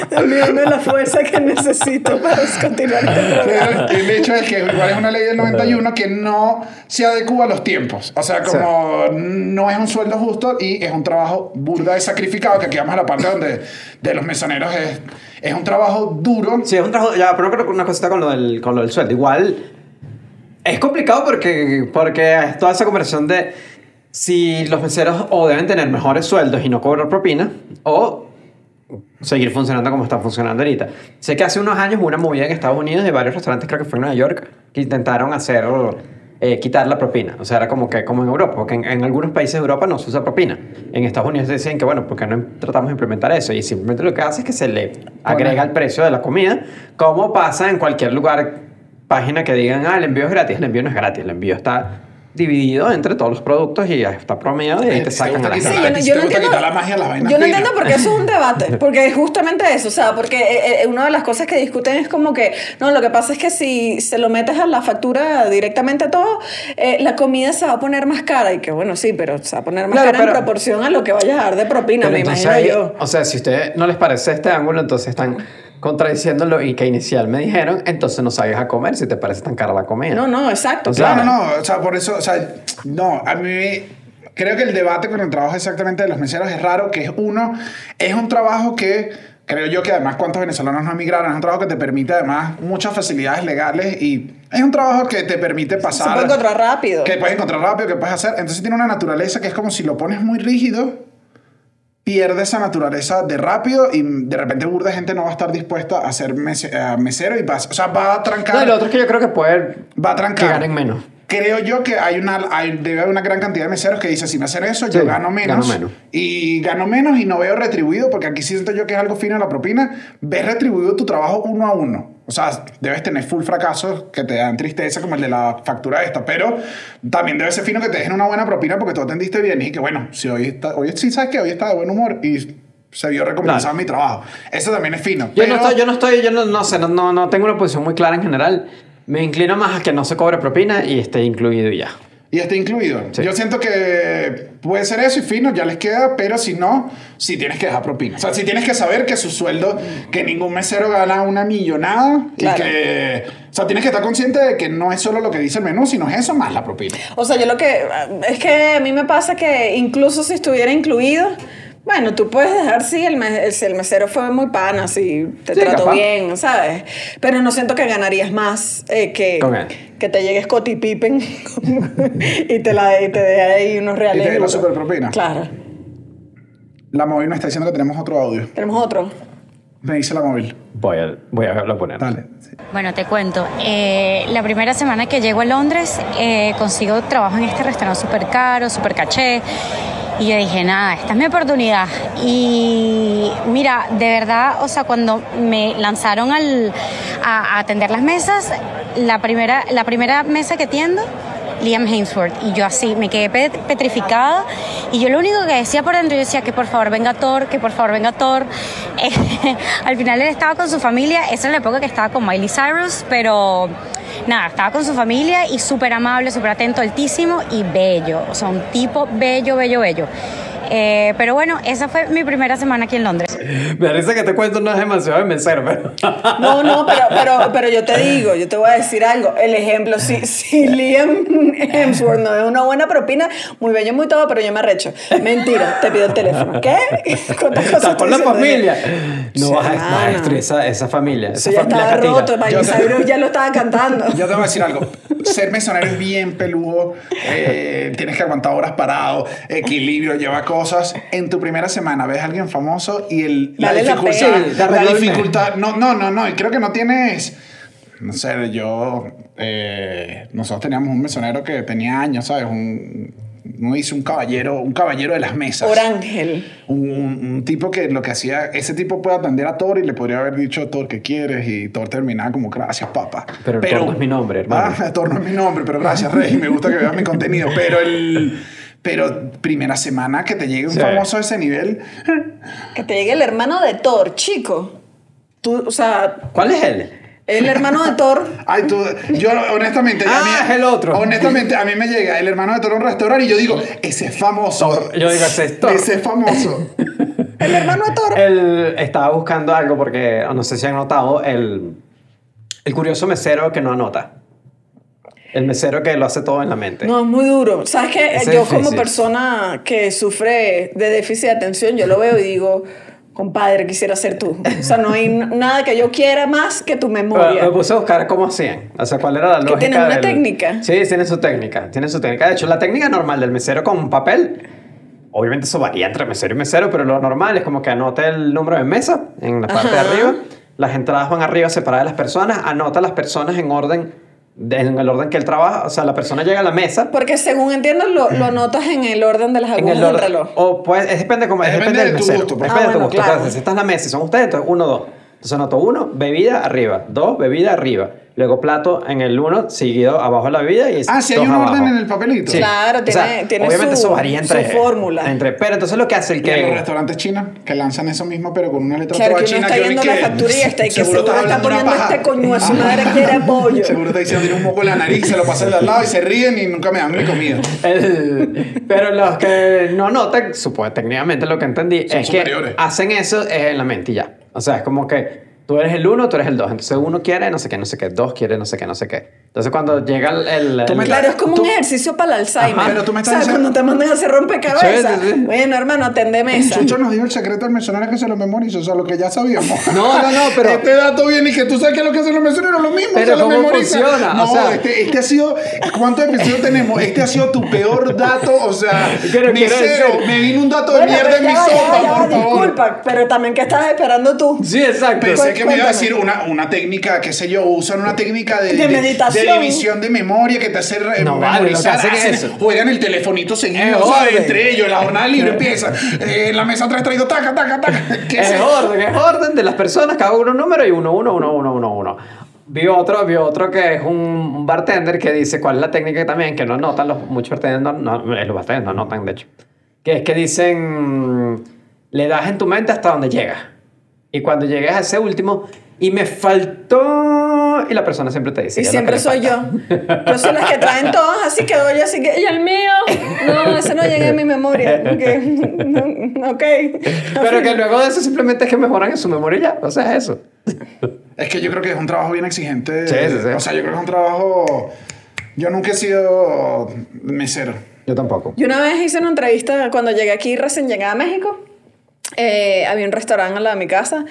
S2: Dame la fuerza que necesito para continuar este programa.
S1: Pero el hecho es que igual es una ley del 91 que no se adecua a los tiempos. O sea, como no es un sueldo justo y es un trabajo burda y sacrificado, que aquí vamos a la parte donde de los mesoneros es, es un trabajo duro.
S3: Sí, es un trabajo. Ya, pero creo que una cosita con lo del, con lo del sueldo. Igual. Es complicado porque, porque es toda esa conversación de si los meseros o deben tener mejores sueldos y no cobrar propina o seguir funcionando como está funcionando ahorita. Sé que hace unos años hubo una movida en Estados Unidos de varios restaurantes, creo que fue en Nueva York, que intentaron hacer eh, quitar la propina. O sea, era como que como en Europa, porque en, en algunos países de Europa no se usa propina. En Estados Unidos decían que, bueno, ¿por qué no im- tratamos de implementar eso? Y simplemente lo que hace es que se le agrega el precio de la comida, como pasa en cualquier lugar, página que digan, ah, el envío es gratis, el envío no es gratis, el envío está dividido entre todos los productos y está promediado y ahí te
S1: Eh, Te
S3: sacan
S1: gusta
S3: a la
S1: quitar
S2: Sí,
S1: Pero
S2: yo
S1: a
S2: no,
S1: ti sí
S2: yo
S1: te
S2: no
S1: gusta
S2: entiendo,
S1: quitar la magia a las vainas
S2: yo no
S1: finas.
S2: entiendo porque eso es un debate, porque es justamente eso, o sea, porque eh, eh, una de las cosas que discuten es como que, no, lo que pasa es que si se lo metes a la factura directamente a todo, eh, la comida se va a poner más cara, y que bueno, sí, pero se va a poner más
S3: Claro,
S2: cara
S3: pero-
S2: en proporción a lo que vayas a dar de propina,
S3: Pero
S2: me
S3: entonces
S2: imagino
S3: ahí,
S2: yo.
S3: O sea, si a ustedes no les parece este ángulo, entonces están contradiciendo lo y que inicial me dijeron, entonces no sabes a comer si te parece tan cara la comida.
S2: No, no, exacto.
S3: O sea,
S2: claro.
S3: Claro.
S1: No, no, no, o sea, por eso, o sea, no, a mí creo que el debate con el trabajo exactamente de los meseros es raro, que es uno, es un trabajo que creo yo que además cuántos venezolanos no emigraron, es un trabajo que te permite además muchas facilidades legales y es un trabajo que te permite pasar...
S2: Se puede encontrar rápido.
S1: Que puedes encontrar rápido, que puedes hacer. Entonces tiene una naturaleza que es como si lo pones muy rígido, pierde esa naturaleza de rápido y de repente burda gente no va a estar dispuesta a ser mese- a mesero y va, o sea, va a trancar.
S3: No, y lo otro es que yo creo que puede
S1: va a
S3: que
S1: trancar.
S3: ganen menos.
S1: Creo yo que hay una, hay- debe haber una gran cantidad de meseros que dice, sin hacer eso, yo
S3: Sí,
S1: gano menos,
S3: gano menos.
S1: Y gano menos y no veo retribuido, porque aquí siento yo que es algo fino en la propina. Ves retribuido tu trabajo uno a uno. O sea, debes tener full fracasos que te dan tristeza, como el de la factura esta. Pero también debe ser fino que te dejen una buena propina porque tú atendiste bien. Y que bueno, si hoy, está, hoy sí sabes que hoy está de buen humor y se vio recompensado
S3: Claro.
S1: mi trabajo. Eso también es fino.
S3: Yo
S1: pero-
S3: no estoy, yo no estoy, yo no, no sé, no, no, no tengo una posición muy clara en general. Me inclino más a que no se cobre propina y esté incluido y ya.
S1: Y está incluido.
S3: Sí.
S1: Yo siento que puede ser eso y fino, ya les queda, pero si no, si tienes que dejar propina. O sea, si tienes que saber que su sueldo, que ningún mesero gana una millonada
S2: Claro.
S1: y que. O sea, tienes que estar consciente de que no es solo lo que dice el menú, sino es eso más la propina.
S2: O sea, yo lo que. Es que a mí me pasa que incluso si estuviera incluido. Bueno, tú puedes dejar si el, me- si el mesero fue muy pana, si te
S3: Sí,
S2: trató
S3: capaz.
S2: bien, ¿sabes? Pero no siento que ganarías más eh, que,
S3: Con él.
S2: que te llegues Scottie Pippen y te, la, y te dé ahí unos reales.
S1: Y te dé la
S2: euros.
S1: superpropina.
S2: Claro.
S1: La móvil nos está diciendo que tenemos otro audio.
S2: Tenemos otro.
S1: Me dice la móvil.
S3: Voy a, voy a lo poner.
S1: Dale. Sí.
S5: Bueno, te cuento. Eh, la primera semana que llego a Londres, eh, consigo trabajo en este restaurante súper caro, súper caché. Y yo dije, nada, esta es mi oportunidad. Y mira, de verdad, o sea, cuando me lanzaron al, a, a atender las mesas, la primera, la primera mesa que tiendo, Liam Hemsworth. Y yo así, me quedé pe- petrificada. Y yo lo único que decía por dentro, yo decía que por favor venga Thor, que por favor venga Thor. Eh, al final él estaba con su familia. Esa es la época que estaba con Miley Cyrus, pero nada, estaba con su familia y súper amable, súper atento, altísimo y bello. O sea, un tipo bello, bello, bello. Eh, pero bueno, esa fue mi primera semana aquí en Londres.
S3: Me parece que te cuento no es demasiado de mesero, pero...
S2: No, no, pero, pero, pero yo te digo, yo te voy a decir algo. El ejemplo, si, si Liam Hemsworth no es una buena propina, muy bello, muy todo, pero yo me arrecho. Mentira, te pido el teléfono. ¿Qué? ¿Cuántas cosas
S3: Estás con la
S2: estoy diciendo?
S3: familia. No
S2: Sí,
S3: vas a
S2: hermana.
S3: maestro, esa, esa familia.
S2: Eso
S3: Esa
S2: ya
S3: familia
S2: estaba
S3: catira.
S2: roto,
S1: Yo
S2: Miley
S1: sé.
S2: Cyrus ya lo estaba cantando.
S1: Yo te voy a decir algo. Ser mesonero es bien peludo. eh, tienes que aguantar horas parado, equilibrio, lleva cosas. En tu primera semana ves a alguien famoso y el, la
S2: Vale la
S1: dificultad.
S2: pena.
S3: Sí, te
S1: la
S3: arregló el
S1: dificultad. No, no, no, no. Y creo que no tienes. No sé, yo. eh, nosotros teníamos un mesonero que tenía años, ¿sabes? Un. No dice un caballero, un caballero de las mesas.
S2: Orángel.
S1: Un, un- un tipo que lo que hacía, ese tipo puede atender a Thor y le podría haber dicho Thor que quieres y Thor terminaba como gracias papá.
S3: Pero Thor no es mi nombre, hermano.
S1: Ah, Thor no es mi nombre, pero gracias Rey, me gusta que veas mi contenido. Pero el, pero primera semana que te llegue un
S3: Sí.
S1: famoso de ese nivel,
S2: Que te llegue el hermano de Thor, chico. Tú, o sea,
S3: ¿Cuál es él?
S2: el hermano de Thor.
S1: ay tú, yo honestamente, a mí-
S3: Ah, es el otro.
S1: Honestamente a mí me llega el hermano de Thor a un restaurante y yo digo ese es famoso,
S3: Thor. Yo digo, ese es Thor.
S1: ese es famoso.
S2: El hermano de Thor.
S3: Él estaba buscando algo porque, no sé si han notado, el, el curioso mesero que no anota. El mesero que lo hace todo en la mente.
S2: No, es muy duro. ¿Sabes qué?
S3: Ese
S2: yo
S3: es
S2: como
S3: difícil.
S2: persona que sufre de déficit de atención, yo lo veo y digo, compadre, quisiera ser tú. O sea, no hay n- nada que yo quiera más que tu
S3: Pero
S2: memoria.
S3: me puse a buscar cómo hacían, o sea, cuál era la lógica.
S2: tienen una
S3: del-
S2: técnica.
S3: Sí, tienen su técnica, tienen su técnica. De hecho, la técnica normal del mesero con un papel, obviamente eso varía entre mesero y mesero, pero lo normal es como que anote el número de mesa en la parte de
S2: Ajá.
S3: arriba, las entradas van arriba separadas de las personas, anota las personas en orden de- en el orden que él trabaja, o sea, la persona llega a la mesa.
S2: Porque según entiendo, lo, lo anotas en el orden de las
S3: En
S2: agujas
S3: el
S2: del
S3: orden,
S2: reloj.
S1: Oh,
S3: O pues, es- depende, como, es
S1: Depende
S3: depende
S1: de
S3: del
S1: tu
S3: mesero.
S1: gusto, pues.
S3: Depende
S2: Ah,
S3: de tu
S2: bueno,
S3: gusto.
S2: claro.
S3: Entonces, si estás en la mesa y son ustedes, entonces uno, dos. Entonces anoto uno, bebida arriba, dos, bebida arriba. Luego plato en el uno, seguido abajo de la bebida y
S1: Ah, si hay
S3: dos
S1: un orden
S3: abajo.
S1: en el papelito.
S3: Sí.
S2: Claro,
S3: O sea,
S2: tiene- tiene
S3: obviamente
S2: su-
S3: eso varía entre,
S2: su fórmula.
S3: entre- pero entonces lo que hace el
S1: Que en los
S3: que...
S1: restaurantes chinos que lanzan eso mismo, pero con una letra
S2: Claro,
S1: toda
S2: que uno
S1: china
S2: está
S1: que
S2: viendo
S1: ni
S2: la
S1: que-
S2: factura y está, y que
S1: seguro
S2: seguro
S1: está
S2: está
S1: hablando una
S2: poniendo
S1: paja. Ah.
S2: este coño a su madre que era pollo.
S1: Seguro está diciendo, tiene un moco en la nariz, se lo pasan al lado y se ríen y nunca me dan mi comida.
S3: el- pero los que no notan, supongo, técnicamente lo que entendí,
S1: Son
S3: es
S1: superiores.
S3: que hacen eso eh, en la mente y ya. O sea, es como que tú eres el uno, tú eres el dos. Entonces uno quiere no sé qué, no sé qué, dos quiere no sé qué, no sé qué. Entonces cuando llega el... el-
S1: Tú me
S3: el-
S2: Claro, es como
S1: Tú-
S2: un ejercicio para el Alzheimer.
S1: Ajá, pero tú me estás
S2: o sea,
S1: diciendo-
S2: cuando te mandan a hacer rompecabezas.
S3: Sí, sí, sí.
S2: Bueno, hermano, atende mesa.
S1: Chucho nos dio el secreto al mencionar que se lo memorizo, o sea, lo que ya sabíamos.
S3: No, no, no, pero-
S1: Este dato viene y que tú sabes que lo que se lo mencionaron es lo mismo.
S3: Pero
S1: se lo
S3: ¿cómo
S1: memoriza.
S3: funciona? O
S1: No,
S3: sea-
S1: este, este ha sido. ¿Cuántos episodios tenemos? Este ha sido tu peor dato, o sea,
S3: Pero
S1: ni
S3: quiero
S1: cero.
S3: decir-
S1: Me vino un dato de mierda
S2: pero
S1: en mi
S2: ya va, ya
S1: sopa,
S2: va, ya va,
S1: por favor.
S2: Disculpa, pero también que estabas esperando tú.
S3: Sí, exacto.
S1: Pensé
S2: Pues,
S1: que me iba a
S2: cuéntame.
S1: decir una, una técnica, qué sé yo, usan una técnica de,
S2: De
S1: de
S2: meditación.
S1: división de memoria que te hace re-
S3: No, vale,
S1: memorizar. Ah,
S3: lo que hacen es
S1: Hacen-
S3: eso.
S1: Juegan el telefonito
S3: Es
S1: seguido, o sea,
S3: orden.
S1: entre ellos, la jornada libre empieza. eh, en la mesa atrás traído, taca, taca, taca. ¿Qué
S3: es
S1: sé yo?
S3: orden, es orden de las personas, cada uno un número y uno, uno, uno, uno, uno, uno. Vi otro, vi otro que es un- un bartender que dice cuál es la técnica también, que no notan, los, muchos bartenders no, no- eh, los bartenders no notan, de hecho. Que es que dicen, mm, le das en tu mente hasta donde llegas. Y cuando llegues a ese último, y me faltó, y la persona siempre te dice.
S2: Y
S3: "Es lo que
S2: siempre
S3: le
S2: soy yo.
S3: falta".
S2: Yo soy las que traen todos, así que doy, así que. Y el mío. No, ese no llega en mi memoria. Ok. ok.
S3: Pero que luego de eso simplemente es que mejoran en su memoria y ya, o sea, es eso.
S1: Es que yo creo que es un trabajo bien exigente.
S3: Sí, sí, sí.
S1: O sea, yo creo que es un trabajo. Yo nunca he sido mesero.
S3: Yo tampoco.
S2: Yo una vez hice una entrevista cuando llegué aquí, recién llegada a México. eh, había un restaurante al lado de mi casa.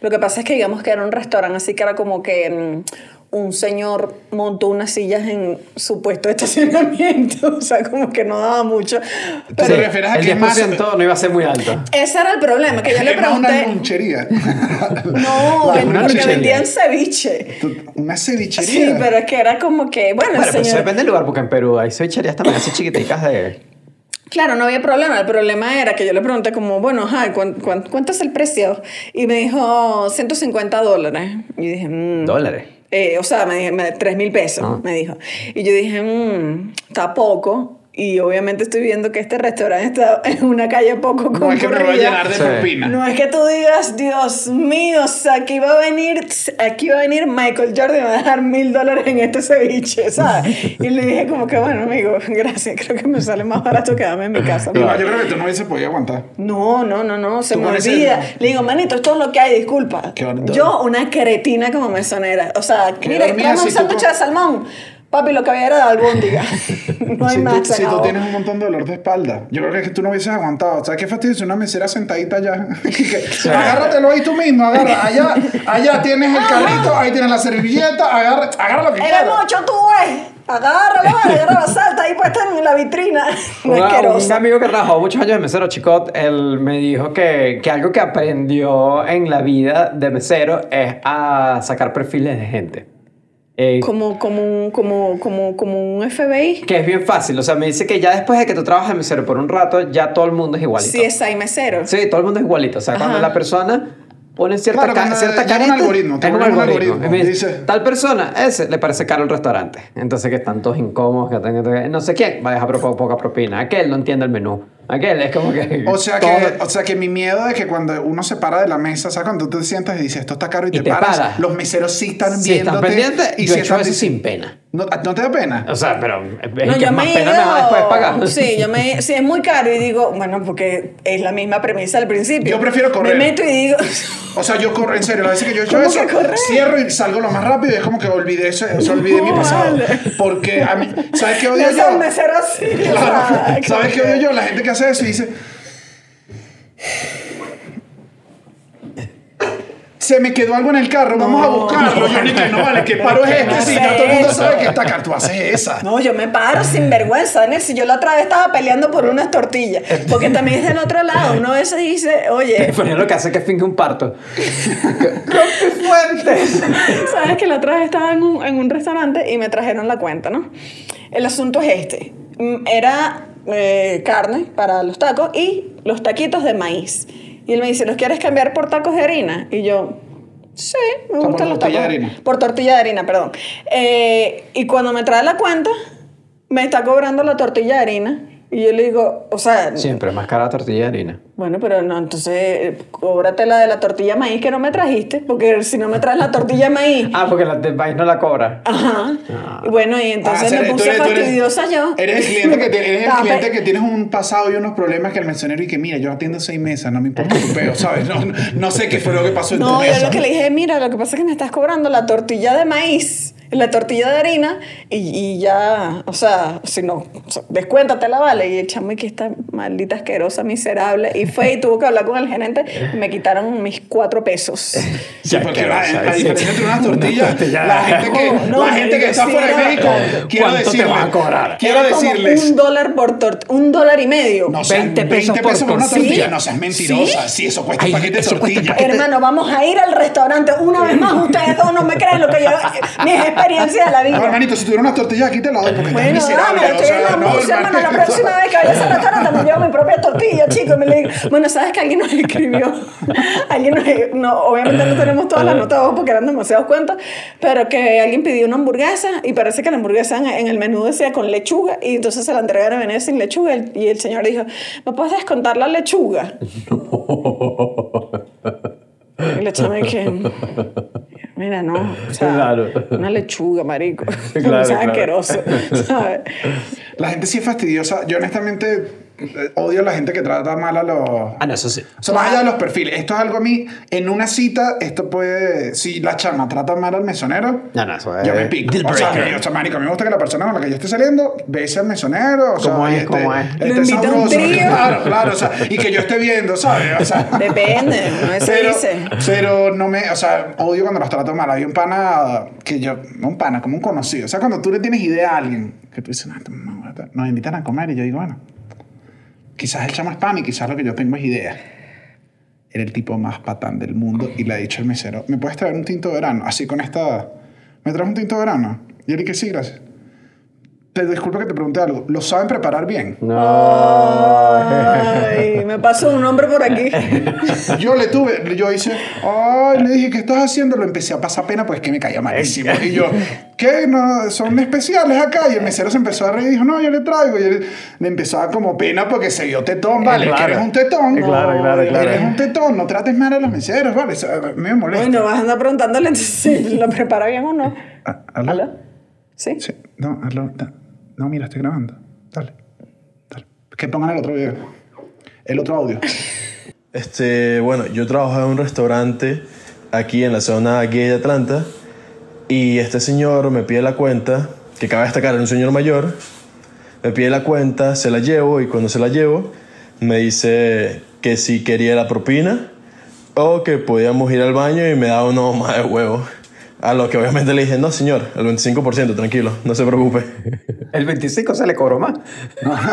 S2: Lo que pasa es que digamos que era un restaurante, así que era como que mm, un señor montó unas sillas en su puesto de estacionamiento. O sea, como que no daba mucho.
S1: ¿Tú
S2: Pero
S1: te refieres a
S3: el
S1: que es
S3: 10%
S1: más-
S3: no iba a ser muy alto.
S2: ese era el problema, que yo le
S1: Es más
S2: pregunté.
S1: Una lonchería.
S2: No,
S3: Una
S2: porque
S3: lonchería.
S2: vendían ceviche.
S1: Una cevichería.
S2: Sí, pero es que era como que, bueno,
S3: Bueno,
S2: el
S3: pero eso
S2: señor...
S3: depende del lugar, porque en Perú hay cevicherías también así chiquiticas de...
S2: Claro, no había problema. El problema era que yo le pregunté como, bueno, ajá, ¿cuán- cuán- cuánto es el precio? Y me dijo 150 dólares. Y dije, mm.
S3: Dólares.
S2: Eh, o sea, me dije, me, 3 mil pesos,
S3: Ah.
S2: me dijo. Y yo dije, mmm, está poco. Y obviamente estoy viendo que este restaurante está en una calle poco concurrida.
S1: No es que me va a llenar de
S3: Sí.
S1: propina.
S2: No es que tú digas, Dios mío, o sea, aquí va a venir, aquí va a venir Michael Jordan y me va a dejar mil dólares en este ceviche, ¿sabes? Y le dije como que, bueno, amigo, gracias, creo que me sale más barato quedarme en mi casa.
S1: Igual, yo creo que tú no hubiese podido aguantar.
S2: No, no, no, no, se
S1: Tú
S2: me
S1: pones el-
S2: olvida. Le digo, manito, esto es lo que hay, disculpa.
S1: Qué horror.
S2: Yo, una cretina como mesonera. O sea,
S1: Qué
S2: mira,
S1: dormida
S2: tráeme un
S1: si tú
S2: sándwich
S1: co-
S2: de salmón. Papi, lo que había era de albóndiga. No hay
S1: si
S2: más.
S1: tú,
S2: se
S1: si tú
S2: acabó.
S1: tienes un montón de dolor de espalda, yo creo que es que tú no hubieses aguantado. ¿Sabes qué fastidio? Si una mesera sentadita allá. Que- Agárratelo ahí tú mismo, agarra. Allá, allá tienes el carrito, ahí tienes la servilleta, agarra, agarra lo que
S2: Era
S1: quieras.
S2: mucho tú, güey. Agárralo, vale, agárralo, salta ahí puesta en la vitrina.
S3: Una- un
S2: Asquerosa.
S3: amigo que trabajó muchos años de mesero, Chicot, él me dijo que, que algo que aprendió en la vida de mesero es a sacar perfiles de gente. Eh,
S2: Como, como, un- como, como, como un FBI.
S3: que es bien fácil, o sea, me dice que ya después de que tú trabajas de mesero por un rato, ya todo el mundo es igualito.
S2: Si es ahí mesero.
S3: Sí, todo el mundo es igualito. O sea, cuando
S2: Ajá.
S3: la persona pone cierta,
S1: Claro,
S3: ca-
S1: cuando
S3: cierta
S1: llega un
S3: careta,
S1: algoritmo, te
S3: es un
S1: pone un
S3: algoritmo.
S1: algoritmo,
S3: Y me dice,
S1: dice-
S3: tal persona, ese le parece caro el restaurante. Entonces que están todos incómodos, que están- que- no sé quién, va a dejar pro- poca propina. Aquel no entiende el menú. Aquel es como que...
S1: O sea,
S3: todo-
S1: que, o sea que mi miedo es que cuando uno se para de la mesa, o sea, cuando tú te sientas y dices, esto está caro y,
S3: Y
S1: te,
S3: te
S1: paras,
S3: paras.
S1: los meseros sí están
S3: si estás
S1: viéndote.
S3: pendiente, y
S1: y
S3: yo
S1: si
S3: he hecho
S1: están
S3: eso
S1: dic-
S3: sin pena.
S1: ¿No, ¿No te da pena?
S3: O sea, pero... Es
S2: No,
S3: que
S2: yo
S3: más
S2: me he
S3: pena me da después de pagar.
S2: ido. Sí, yo me sí, es muy caro y digo, bueno, porque es la misma premisa al principio.
S1: Yo prefiero correr.
S2: Me meto y digo,
S1: O sea, yo corro, en serio, la veces que yo he hecho
S2: ¿Cómo
S1: eso,
S2: que correr?
S1: cierro y salgo lo más rápido y es como que olvidé eso, o sea, olvidé
S2: No,
S1: mi pasado.
S2: vale.
S1: Porque a mí, ¿sabes qué odio
S2: no
S1: yo?
S2: seas mesero así. o sea,
S1: Claro,
S2: como
S1: ¿sabes qué odio yo? La gente que hace eso y dice. se me quedó algo en el carro, vamos a buscarlo. Yo ni que no vale, que paro es este,
S2: No
S1: si
S2: sé.
S1: ya todo el mundo sabe que esta carta tú haces esa.
S2: No, yo me paro sin vergüenza, ¿no? Si yo la otra vez estaba peleando por unas tortillas, porque también es del otro lado, uno a veces dice, oye,
S3: Pero lo que hace es que finge un parto. ¡Rompefuentes!
S2: Sabes que la otra vez estaba en un, en un restaurante y me trajeron la cuenta, ¿no? El asunto es este. Mm, Era eh, carne para los tacos y los taquitos de maíz. Y él me dice, ¿los quieres cambiar por tacos de harina? Y yo, sí, me
S1: Como
S2: gustan los tacos.
S1: tortilla de harina.
S2: Por tortilla de harina, perdón. Eh, y cuando me trae la cuenta, me está cobrando la tortilla de harina. Y yo le digo, o sea,
S3: Siempre es más cara la tortilla de harina.
S2: bueno, pero no, entonces eh, cóbrate la de la tortilla de maíz que no me trajiste, porque si no me traes la tortilla de maíz,
S3: Ah, porque la del país no la cobra.
S2: Ajá. Y Bueno, y entonces
S1: Ah,
S2: me
S1: eres- tú
S2: puse
S1: eres- tú eres-
S2: fastidiosa yo.
S1: Eres el cliente que, te- eres el
S2: Estaba
S1: cliente
S2: pe-
S1: que tienes un pasado y unos problemas que el mencionero y que mira, yo atiendo seis mesas, no me importa tu peo, ¿sabes? No, no- no sé qué fue lo que pasó en tu
S2: No, yo
S1: mesa.
S2: lo que le dije, mira, lo que pasa es que me estás cobrando la tortilla de maíz, la tortilla de harina, y, y ya, o sea, si no, o sea, descuéntatela, vale. Y el chamo, y que esta maldita asquerosa, miserable, y fue y tuvo que hablar con el gerente, y me quitaron mis cuatro pesos.
S1: Sí, porque la,
S3: vas a
S1: la
S3: decir?
S1: diferencia entre unas tortillas,
S3: tortilla.
S1: la gente que,
S2: Oh, No,
S1: la gente que
S2: marico,
S1: está
S2: sí,
S1: fuera de
S2: era-
S1: México, quiero
S3: ¿Cuánto te
S1: decirles,
S3: van a cobrar?
S1: quiero
S2: Era como
S1: decirles,
S2: Un dólar por tortilla, un dólar y medio.
S1: no sean
S3: 20
S1: 20
S3: pesos
S1: pesos,
S3: por
S1: por una
S3: tortilla.
S1: tortilla, no seas mentirosa, sí, eso cuesta
S3: Ay,
S1: un paquete de
S3: eso cuesta
S1: tortilla.
S2: Hermano, vamos a ir al restaurante una vez más. Ustedes dos no me creen lo que yo. Mis experiencias de la vida.
S1: No, hermanito, si tuviera unas tortillas aquí te la doy porque
S2: Bueno,
S1: estás miserable.
S2: dame, estoy en la
S1: no,
S2: música, hermano. La próxima vez que vaya a ese restaurante me llevo mi propia tortilla, chicos. Me le digo, bueno, ¿sabes que alguien nos escribió? alguien nos, no, obviamente no tenemos todas las notas de voz porque eran demasiados cuentos, pero que alguien pidió una hamburguesa y parece que la hamburguesa en, en el menú decía con lechuga y entonces se la entregaron a Venecia sin lechuga y el, y el señor dijo, ¿me puedes descontar la lechuga? Y la chama que... Mira, no. O sea,
S3: Claro.
S2: Una lechuga, marico.
S3: Claro,
S2: o sea,
S3: claro.
S2: asqueroso. ¿sabes?
S1: La gente sí es fastidiosa. Yo honestamente eh, odio a la gente que trata mal a los...
S3: Ah, no, eso sí.
S1: O sea, más allá de los perfiles, esto es algo a mí, en una cita, esto puede, si la chama trata mal al mesonero,
S3: No, no, eso es
S1: yo me pico.
S3: deal
S1: O sea,
S3: breaker.
S1: yo, o sea, marico, a mí me gusta que la persona con la que yo esté saliendo bese al mesonero, o sea,
S3: ¿Cómo es?
S1: y esté-
S3: ¿Cómo es?
S1: esté
S2: Lo invita a un
S1: sabroso,
S2: trío.
S1: Claro, claro, o sea, y que yo esté viendo, ¿sabes? O sea,
S2: Depende, no es
S1: pero,
S2: dice.
S1: pero no me, o sea, odio cuando los trato mal. Hay un pana que yo, no un pana, como un conocido. O sea, cuando tú le tienes idea a alguien, que tú dices, "No, esta mamá, esta-". nos invitan a comer y yo digo, bueno, quizás el chamo es pan y quizás lo que yo tengo es idea. Era el tipo más patán del mundo y le ha dicho el mesero, ¿me puedes traer un tinto de verano? Así con esta, ¿me traes un tinto de verano? Y él dije, sí, gracias. Te disculpa que te pregunte algo. ¿Lo saben preparar bien?
S2: Ay, me pasó un hombre por aquí.
S1: Yo le tuve, yo hice, ay, le dije, ¿qué estás haciendo? Lo empecé a pasar pena, pues que me caía malísimo. Y yo, ¿qué? No, son especiales acá. Y el mesero se empezó a reír y dijo, no, yo le traigo. Y él le empezó a dar como pena porque se vio tetón, vale,
S3: Eh, claro.
S1: que eres un tetón.
S3: Eh, claro,
S1: No,
S3: claro, claro.
S1: Eres un tetón, no trates mal a los meseros, vale, eso eh, me molesta.
S2: Bueno, vas a andar preguntándole entonces si lo prepara bien o no.
S1: Ah, ¿aló?
S2: ¿Aló? ¿Sí?
S1: Sí, no, hazlo, da- no, mira, estoy grabando. Dale, dale. Que pongan el otro video, el otro audio.
S6: Este, bueno, yo trabajaba en un restaurante aquí en la zona gay de Atlanta y este señor me pide la cuenta, que cabe destacar, era un señor mayor, me pide la cuenta, se la llevo y cuando se la llevo me dice que si quería la propina o que podíamos ir al baño y me da uno más de huevo. A lo que obviamente le dije, no señor, el 25%, tranquilo, no se preocupe.
S3: El 25 se le cobró más.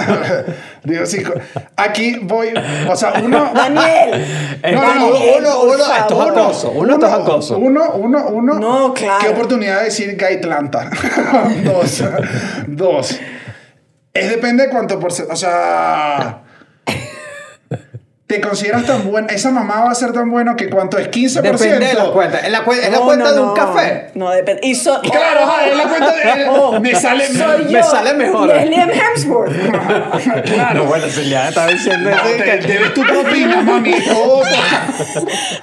S1: Digo, sí, co- aquí voy, o sea, uno...
S2: Daniel.
S1: No, no, no,
S2: Daniel,
S1: uno,
S2: por
S1: uno,
S2: favor.
S3: esto es acoso. Uno, esto es acoso.
S1: Uno, uno, uno.
S2: No, claro.
S1: Qué oportunidad de decir gay Atlanta. dos. dos. Es depende de cuánto porcentaje. O sea. ¿Te consideras tan bueno? Esa mamá va a ser tan bueno que cuánto es 15%.
S3: Depende de la cuenta. Es la, cuen- es la
S2: No,
S3: cuenta
S2: no,
S3: de un
S2: no.
S3: café.
S2: No, depende. Y so-
S1: Claro, ajá, es la cuenta de.
S2: Oh,
S1: me sale.
S2: soy
S3: me
S2: yo,
S3: sale mejor.
S2: y es Liam Hemsworth.
S3: Claro. bueno, si ya estaba diciendo
S1: No,
S3: eso,
S1: te-
S3: que-
S1: debes tu propina, mami. Oh,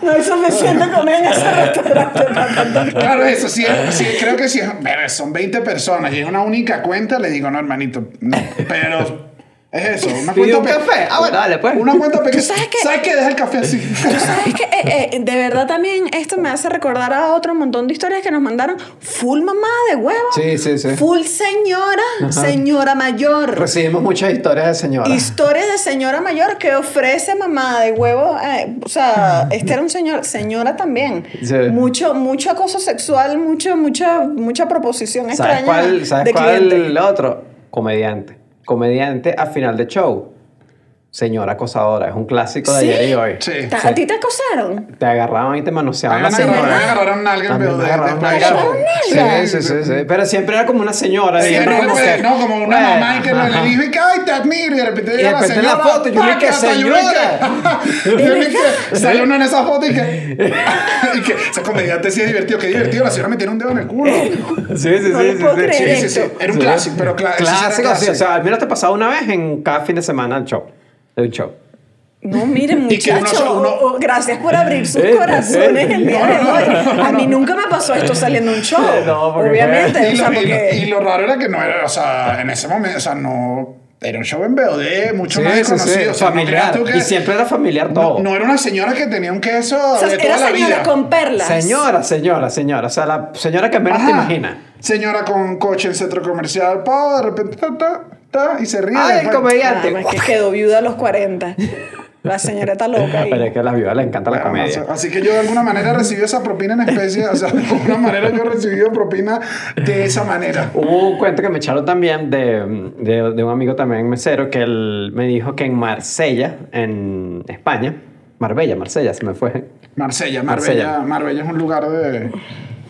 S2: No hay suficiente con él en ese restaurante. para tanto.
S1: Claro, eso sí, sí, creo que sí. Pero son 20 personas y es una única cuenta, le digo, no, hermanito, no, pero Es eso, una
S3: Pidió
S1: cuenta
S3: un
S1: pe-
S3: café. Ah, bueno, dale, pues.
S1: Una cuenta pequeña.
S2: sabes que-
S1: ¿Sabes qué? Deja el café así.
S2: ¿Sabes qué? Eh, eh, de verdad también esto me hace recordar a otro montón de historias que nos mandaron. Full mamá de huevo.
S3: Sí, sí, sí.
S2: Full señora, señora mayor.
S3: Recibimos muchas historias de señoras.
S2: Historias de señora mayor que ofrece mamá de huevo. eh, o sea, este era un señor, señora también.
S3: Sí.
S2: Mucho, mucho acoso sexual, mucho, mucha, mucha proposición
S3: ¿Sabes
S2: extraña
S3: cuál, sabes
S2: de
S3: cuál
S2: cliente.
S3: el otro? Comediante. Comediante a final de show. Señora acosadora. Es un clásico de
S2: ¿Sí?
S3: ayer y hoy.
S1: Sí.
S2: Ta- ¿A ti te acosaron?
S3: Te agarraban y te manoseaban
S1: También
S3: la
S1: me agarraron-
S3: señora.
S1: me agarraron nalga en
S3: También
S1: vez
S3: me
S1: de-
S3: agarraron
S1: después
S3: nalga.
S1: del show.
S3: Sí, sí, sí, sí. Pero siempre era como una señora.
S1: Sí,
S3: siempre
S1: no,
S3: como
S1: pues,
S3: que-
S1: no, como una
S3: Bueno,
S1: mamá y que no le
S3: ajá.
S1: dije que ay te admiro y de repente
S3: Y
S1: llega
S3: de repente en la
S1: señora,
S3: foto, yo le dije,
S1: "Pácata", yo le dije, yo le dije, sale uno en esa foto y que y que ese comediante sí es divertido qué divertido la señora me tiene un dedo en el culo
S3: Sí, sí,
S2: No
S3: sí.
S2: lo
S3: sí,
S2: puedo
S3: sí.
S2: creer.
S1: sí sí sí
S2: Directo.
S1: era un clásico pero cla- ese sí era
S3: Clásico, sí.
S1: clásico.
S3: O sea, al menos te pasaba una vez en cada fin de semana el show. De un show.
S2: No, miren,
S1: Y que uno-
S2: muchachos,
S1: uno-
S2: o- o- gracias por abrir sus
S3: Eh,
S2: corazones
S3: eh,
S2: el
S1: no,
S2: día de
S1: no,
S2: hoy.
S1: no, no,
S2: A mí
S1: no. Eh,
S2: nunca me pasó esto saliendo en un show,
S3: No, porque-
S2: obviamente.
S1: y
S2: o sea,
S1: lo, y lo-
S2: porque-
S1: y lo raro era que no era, o sea, en ese momento, o sea, no. Era un show en BOD, mucho más desconocido. O sea, no
S3: Familiar.
S1: creas tú que-
S3: Y siempre era familiar todo.
S1: no, no era una señora que tenía un queso
S2: o sea,
S1: de toda
S2: era
S1: la
S2: señora
S1: vida.
S2: con perlas.
S3: Señora, señora, señora. O sea, la señora que menos
S1: Ajá.
S3: te imaginas.
S1: Señora con coche en centro comercial, pa, de repente, ta, ta, ta, y se ríe.
S3: Ay, el
S1: después.
S2: Nada
S3: comediante.
S2: más que quedó viuda a los 40. La señora está loca. ahí.
S3: Pero es que a las viudas les encanta la
S1: Bueno, Ah, o
S3: comedia.
S1: sea, así que yo de alguna manera recibí esa propina en especie, o sea, de alguna manera yo he recibido propina de esa manera.
S3: Hubo un cuento que me echaron también de, de- de un amigo también mesero que él me dijo que en Marsella, en España, Marbella, Marsella, se me fue.
S1: Marsella, Marbella,
S3: Marsella.
S1: Marbella es un lugar de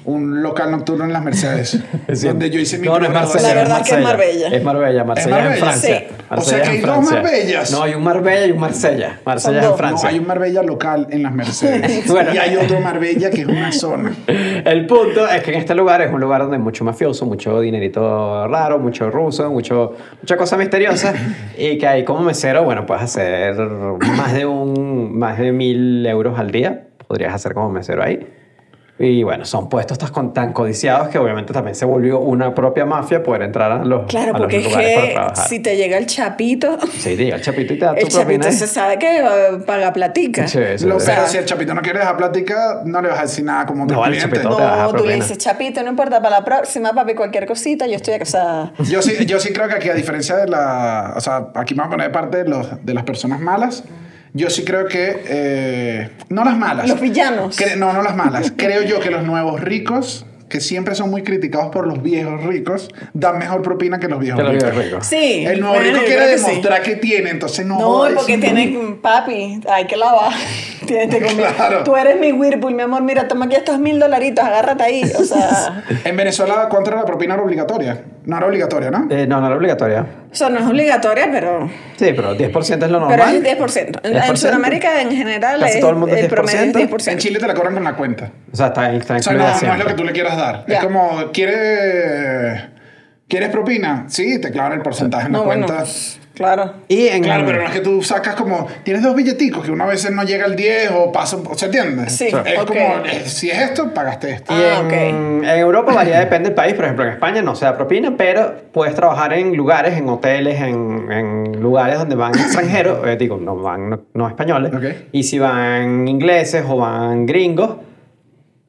S1: un local nocturno en las Mercedes, donde yo hice mi
S3: No, no es
S1: programa.
S3: Marsella.
S2: La verdad que es Marbella.
S3: Es Marbella, Marsella
S1: Marbella?
S3: en Francia.
S2: Sí.
S1: O sea
S3: Marsella
S1: que hay
S3: en
S1: dos
S3: Francia.
S1: Marbellas.
S3: No, hay un Marbella y un Marsella. Marsella es
S2: dos.
S3: en
S1: No,
S3: Francia.
S1: hay un Marbella local en las Mercedes.
S3: Bueno.
S1: Y hay otro Marbella que es una zona.
S3: El punto es que en este lugar es un lugar donde hay mucho mafioso, mucho dinerito raro, mucho ruso, mucho, mucha cosa misteriosa. y que ahí como mesero, bueno, puedes hacer más de, un, más de mil euros al día. Podrías hacer como mesero ahí. Y bueno, son puestos tan, con- tan codiciados que obviamente también se volvió una propia mafia poder entrar a los,
S2: Claro,
S3: a los
S2: porque es
S3: lugares para
S2: que
S3: trabajar.
S2: si te llega el chapito,
S3: Sí, llega el chapito y te da tu
S2: el
S3: propina.
S2: chapito se sabe que eh, paga platica.
S3: Sí, sí,
S1: Lo-
S3: sí.
S1: pero si el chapito no quiere dejar plática, no le vas a decir nada como otro
S3: No, el
S1: cliente.
S3: chapito- No te vas a
S2: No, tú le
S3: propina.
S2: dices, chapito, no importa, para la próxima, papi, cualquier cosita, yo estoy casada.
S1: Yo sí, yo sí creo que aquí, a diferencia de la. O sea, aquí me voy a poner de parte de, los, de las personas malas. Yo sí creo que. eh, no las malas.
S2: Los villanos.
S1: Cre- no, no las malas. creo yo que los nuevos ricos, que siempre son muy criticados por los viejos ricos, dan mejor propina que los viejos
S3: Te lo digo,
S1: ricos.
S3: rico.
S2: Sí.
S1: El nuevo
S2: bueno,
S1: rico
S2: yo
S1: quiere
S2: creo que sí.
S1: demostrar que tiene, entonces no.
S2: No,
S1: jodes.
S2: porque tiene papi, hay que lavar. Tienes que comer.
S1: Claro.
S2: Tú eres mi Whirlpool, mi amor. Mira, toma aquí estos mil dolaritos, agárrate ahí. O sea,
S1: En Venezuela, ¿cuánto era la propina? ¿Era obligatoria? No era obligatoria, ¿no?
S3: Eh, no, no era obligatoria.
S2: eso no es obligatoria, pero,
S3: Sí, pero 10% es lo normal.
S2: pero es el 10%. En- En
S3: 10%.
S2: Sudamérica en general
S3: Casi
S2: es
S3: todo el mundo es
S2: promedio es
S3: 10%.
S2: 10%.
S1: En Chile te la cobran con la cuenta.
S3: O sea, está, está
S1: O sea,
S3: incluida
S1: no, no Ah, es
S3: siempre.
S1: lo que tú le quieras dar.
S2: Ya.
S1: Es como, ¿quieres, ¿quieres propina? Sí, te clavan el porcentaje en la
S2: No, bueno, pues-
S1: cuenta.
S2: claro.
S3: Y en,
S1: Claro, pero no es que tú sacas como, tienes dos billeticos que una vez no llega al 10 o pasa, un- ¿se entiende?
S2: Sí,
S1: es
S2: ok.
S1: como, eh, si es esto, pagaste esto.
S3: y
S2: Ah,
S3: en-
S2: ok.
S3: en Europa varía, depende del país. Por ejemplo, en España no se da propina, pero puedes trabajar en lugares, en hoteles, en, en lugares donde van extranjeros. eh, digo, no van no, no españoles.
S1: Ok.
S3: Y si van ingleses o van gringos,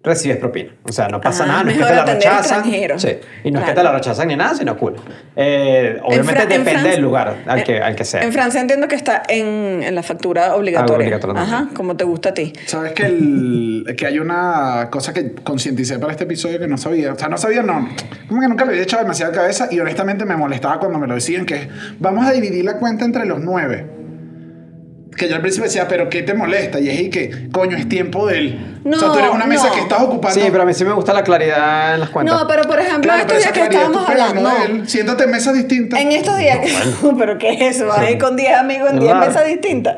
S3: recibes propina. O sea, no pasa
S2: Ah,
S3: nada, no es que
S2: mejor
S3: te la
S2: atender
S3: rechazan.
S2: extranjero.
S3: Sí. Y no es que
S2: Claro.
S3: te la rechazan ni nada, sino cool. Eh,
S2: En
S3: obviamente
S2: Fra- en
S3: depende
S2: Francia-
S3: del lugar al que,
S2: en-
S3: al que sea.
S2: En Francia entiendo que está en, en la factura obligatoria.
S3: Ah, obligatoria
S2: Ajá,
S3: también.
S2: como te gusta a ti.
S1: Sabes que, el- que hay una cosa que concienticé para este episodio que no sabía. O sea, no sabía, no. Como que nunca le había echado demasiada cabeza y honestamente me molestaba cuando me lo decían, que es, vamos a dividir la cuenta entre los nueve. Que yo al principio decía, pero ¿qué te molesta? Y es y que, coño, es tiempo de él. o sea, tú eres una
S2: No,
S1: mesa
S2: no.
S1: que estás ocupando.
S3: Sí, pero a mí sí me gusta la claridad en las cuentas.
S2: No, pero por ejemplo,
S1: Claro, pero
S2: estos
S1: esa
S2: días que
S1: claridad es tu
S2: estábamos
S1: peo,
S2: hablando.
S1: no de
S2: no.
S1: él. Siéntate en mesas distintas.
S2: En estos días, que- pero ¿qué es eso? Vas a ir con 10 amigos en 10
S3: Claro.
S2: mesas distintas.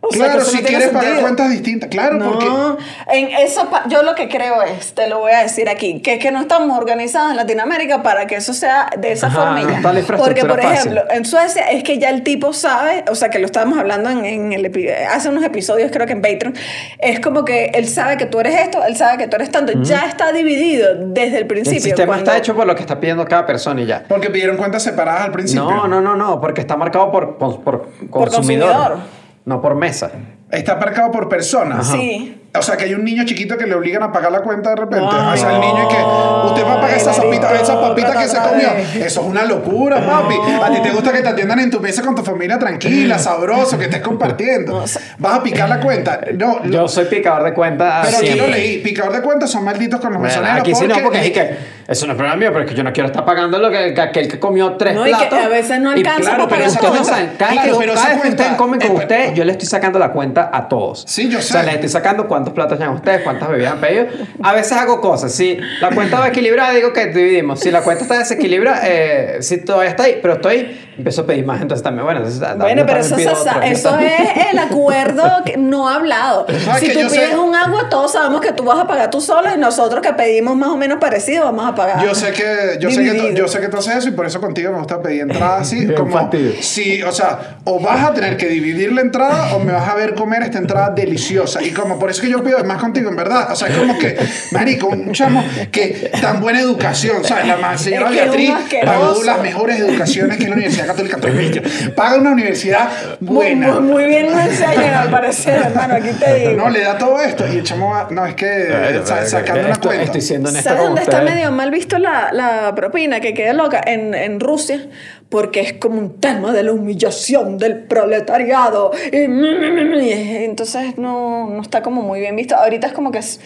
S2: O sea, que
S1: claro,
S2: eso
S1: si
S2: no tiene
S1: quieres pagar
S2: sentido.
S1: cuentas distintas. Claro, porque.
S2: No, en eso pa- yo lo que creo es, te lo voy a decir aquí, que es que no estamos organizados en Latinoamérica para que eso sea de esa
S3: Ajá,
S2: formilla.
S3: no está
S2: Porque,
S3: la infraestructura
S2: por
S3: fácil.
S2: ejemplo, en Suecia es que ya el tipo sabe, o sea, que lo estábamos hablando en, en el epi- hace unos episodios, creo que en Patreon, es como que él sabe que tú eres esto, él sabe que tú eres tanto, ya está dividido desde el principio.
S3: El sistema
S2: cuando-
S3: está hecho por lo que está pidiendo cada persona y ya.
S1: Porque pidieron cuentas separadas al principio.
S3: No, no, no, no, porque está marcado por, por, por consumidor,
S2: consumidor.
S3: No por mesa.
S1: Está marcado por personas.
S2: Sí.
S1: O sea, que hay un niño chiquito que le obligan a pagar la cuenta de repente. o sea, el
S2: Ay,
S1: niño es que usted va a pagar esas
S2: marico,
S1: sopitas, esas papitas que se
S2: otra
S1: comió.
S2: vez.
S1: Eso es una locura, papi. A ti te gusta que te atiendan en tu mesa con tu familia tranquila, sabroso, que estés compartiendo. Vas a picar la cuenta. No,
S3: Yo soy picador de cuenta.
S1: pero aquí
S3: siempre.
S1: lo leí. Picador de cuentas son malditos con los
S3: Bueno,
S1: mesoneros.
S3: aquí sí no, porque
S1: eh,
S3: es que eso no es problema mío, pero es que yo no quiero estar pagando lo que, que aquel que comió tres
S2: No, y que
S3: platos.
S2: a veces no
S3: Y
S2: alcanza
S3: claro,
S2: para
S3: pero
S2: pagar
S3: ustedes
S2: todo.
S3: no saben, cada vez
S1: Claro,
S3: que,
S1: pero
S3: cada
S1: esa
S3: vez que
S1: cuenta-
S3: ustedes comen con
S1: eh,
S3: ustedes,
S1: pero-
S3: yo le estoy sacando la cuenta a todos.
S1: Sí, yo
S3: O sea,
S1: sé.
S3: les estoy sacando cuántos platos llevan ustedes, cuántas bebidas han pedido. A veces hago cosas. Si la cuenta va equilibrada, digo que dividimos. Si la cuenta está desequilibrada, eh, si todavía está ahí, pero estoy, empiezo a pedir más, entonces también, bueno, entonces,
S2: Bueno,
S3: también
S2: pero eso,
S3: pido
S2: se sa-
S3: otro.
S2: eso es el acuerdo que- no hablado.
S1: Ajá,
S2: si
S1: que
S2: tú
S1: yo
S2: pides
S1: sé-
S2: un agua, todos sabemos que tú vas a pagar tú solo y nosotros que pedimos más o menos parecido vamos a pagar.
S1: Yo sé que yo sé que, tú,
S2: Ah. Dividido.
S1: yo sé que tú haces eso y por eso contigo me gusta pedir entradas así
S3: Bien
S1: como
S3: fastidio.
S1: sí, o sea, o vas a tener que dividir la entrada o me vas a ver comer esta entrada deliciosa y como por eso que yo pido es más contigo en verdad, o sea, es como que marico, un chamo que tan buena educación, ¿sabes? La ma- señora
S2: Es que es un
S1: Beatriz
S2: asqueroso.
S1: pagó las mejores educaciones que es la Universidad Católica Trujillo. Paga una universidad
S2: muy,
S1: buena.
S2: muy- muy bien me enseñan al parecer, hermano, aquí te digo.
S1: No, le da todo esto y el chamo va, no es que
S3: Bueno,
S1: sa-
S3: pero-
S1: sacando una
S3: estoy-
S1: cuenta.
S3: Estoy siendo honesto
S2: ¿Sabes
S3: con
S2: dónde está
S3: ustedes.
S2: medio mal visto la, la propina que queda loca? En, en Rusia, porque es como un tema de la humillación del proletariado. Y, mm, mm, mm, y entonces no, no está como muy bien visto. Ahorita es como que es-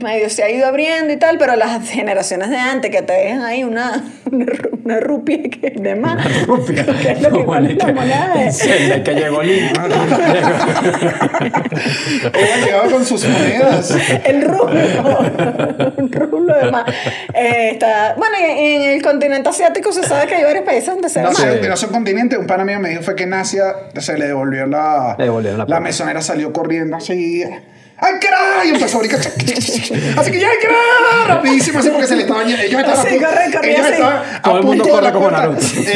S2: medio se ha ido abriendo y tal, pero las generaciones de antes que te dejan ahí una, una, ru- una rupia que es de más.
S3: Rupia.
S2: Que es lo que
S3: Como
S2: vale
S3: el
S2: la moneda de-
S3: Sí, el que llegó limpio.
S1: Ella llegaba con sus monedas.
S2: El rublo, un rublo de más. Eh, está, bueno, y en, en el continente asiático se sabe que hay varios países donde se
S1: No,
S2: ve más.
S1: sé, que no son continentes. Un pana mío me dijo fue que en Asia se le devolvió la...
S3: Le devolvieron la plata.
S1: mesonera salió corriendo así... ¡Ay, caray! Y empezó a brincar. Así que ya, ¡ay, caray! Rapidísimo, así porque se le estaban... Ellos estaban... a
S2: Sí,
S1: punto-
S2: corre, corre,
S1: ellos
S2: así.
S1: estaban
S3: Todo
S1: a
S3: el mundo
S1: punto de la
S3: corre como
S1: puerta.
S3: Naruto.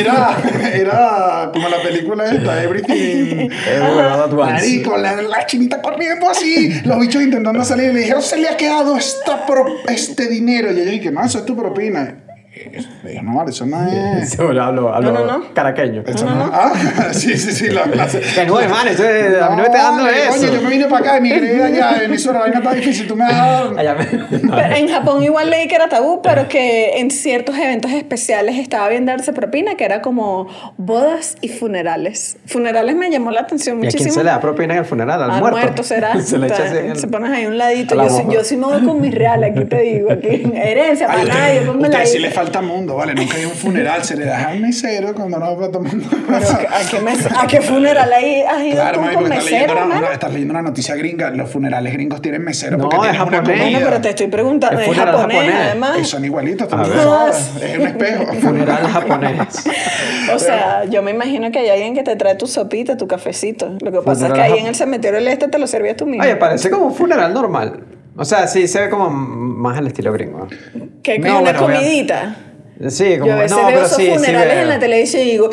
S1: Era, era como la película esta, Everything...
S3: Everywhere All at Once.
S1: Marico, la, la chinita corriendo así, los bichos intentando salir y le dijeron, se le ha quedado esta pro- este dinero. Y yo dije, no, eso es tu propina. Le dije, no, vale, eso no es...
S3: Sí, bueno, hablo, hablo
S2: No, no, no.
S3: caraqueño.
S1: Eso no- Ah, sí, sí, sí, la clase.
S3: Que no, hermano, eso es- a mí no me está dando
S1: vale,
S3: eso.
S1: Coño, yo me vine para acá, emigré allá, en Venezuela, la vaina está difícil, tú me vas a dar-
S3: Allá me-
S2: Pero en Japón igual leí que era tabú, pero que en ciertos eventos especiales estaba bien darse propina, que era como bodas y funerales. Funerales me llamó la atención
S3: ¿Y a
S2: muchísimo.
S3: quién se le da propina en el funeral? Al,
S2: Al muerto, será.
S3: se le echa así. en el-
S2: Se pones ahí a un ladito.
S3: a la
S2: Yo, sí-
S3: boca.
S2: yo sí me voy con mis reales, aquí te digo. Aquí, herencia para
S1: Ay,
S2: nadie,
S1: usted,
S2: ponme la
S1: usted sí le falta mundo, vale, nunca hay un funeral, se le da al mesero cuando no va a tomar
S2: Pero, ¿a qué, mes- a qué funeral ahí has ido
S1: Claro,
S2: tú
S1: mami,
S2: con
S1: porque estás leyendo,
S2: mesero,
S1: una,
S2: hermano?
S1: una- estás leyendo una noticia gringa, los funerales gringos tienen mesero
S3: No,
S1: porque
S3: es
S1: tienen una
S3: japonés.
S1: comida.
S2: Bueno, pero te estoy preguntando,
S3: El
S2: es
S3: funeral
S2: japonés,
S3: japonés.
S1: Y
S2: además.
S1: son igualitos, tú
S3: A
S1: no
S3: ver.
S1: sabes, es un espejo.
S3: Funeral japonés.
S2: O sea, yo me imagino que hay alguien que te trae tu sopita, tu cafecito. Lo que pasa es que
S3: Funeral
S2: ahí
S3: jap-
S2: en el cementerio del este te lo servías tú mismo.
S3: Oye, parece como un funeral normal. O sea, sí, se ve como más al estilo gringo.
S2: que es como
S3: No,
S2: una
S3: bueno,
S2: comidita.
S3: Sí, como
S2: yo a veces
S3: no,
S2: veo
S3: pero
S2: esos
S3: sí, sí
S2: funerales
S3: veo.
S2: en la televisión y digo,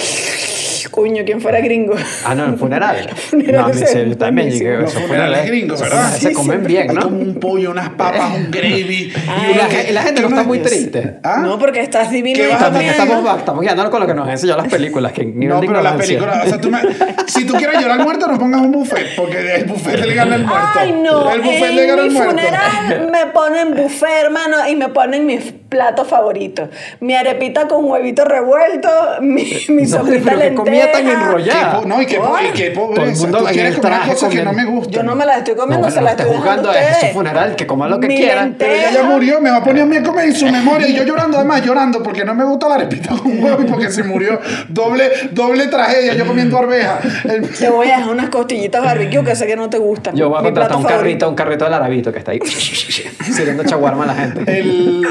S2: coño, ¿quién fuera gringo?
S3: Ah, no, el funeral.
S2: funeral
S3: no, en
S2: es
S3: serio, también.
S2: buenísimo.
S3: llegué a
S1: Los
S3: esos
S1: funerales gringos,
S3: esos
S1: ¿verdad?
S3: funerales
S1: Sí,
S3: Se comen bien,
S1: Hay
S3: ¿no?
S1: como un pollo, unas papas, un gravy.
S2: Ay.
S1: unas-
S3: Y la- y la gente no
S1: ¿Qué
S3: está
S1: más?
S3: muy triste.
S1: ¿Ah?
S2: No, porque estás divino
S1: ¿Qué
S2: ahí
S1: vas a
S3: También
S1: También,
S3: estamos,
S2: comiendo.
S3: ba- estamos guiándonos con lo que nos han enseñado las películas. Que nivel
S1: No,
S3: de
S1: pero las
S3: ignorancia.
S1: películas. O sea, tú me, si tú quieres llorar al muerto, no pongas un buffet, porque el buffet le gana al muerto.
S2: Ay, no.
S1: El buffet le gana
S2: En
S1: al
S2: mi
S1: muerto.
S2: funeral me ponen buffet, hermano, y me ponen mis platos favoritos. Mi arepita con huevito revuelto, mi, mi
S3: Eh, No,
S2: sopita
S3: pero que comida tan
S2: lenteja.
S1: Qué
S3: enrollada.
S1: po- no, y qué, po- y qué
S3: Todo el
S1: pobreza.
S3: mundo
S1: Tú
S3: en
S1: quieres
S3: el
S1: comer
S3: traje
S1: cosas que no me
S3: comiendo.
S1: gustan.
S2: Yo no me las estoy comiendo,
S3: No,
S2: se
S3: bueno,
S2: las
S3: no
S2: estoy
S3: estés
S2: dejando a
S3: juzgando, es su
S2: ustedes.
S3: funeral, que coma lo que
S2: Mi
S3: quiera.
S1: Pero ella
S2: lenteja.
S1: ya murió, me va a poner a mí a comer en su memoria. Y yo llorando, además, llorando, porque no me gusta la arepita con huevo y porque se murió. Doble, doble tragedia, yo comiendo arveja. El-
S2: Te voy a dejar unas costillitas barbecue que sé que no te gustan.
S3: Yo voy a
S2: Mi
S3: contratar
S2: plato
S3: un
S2: favorito.
S3: carrito, un carrito del arabito que está ahí sirviendo chaguarma a la gente.
S1: el,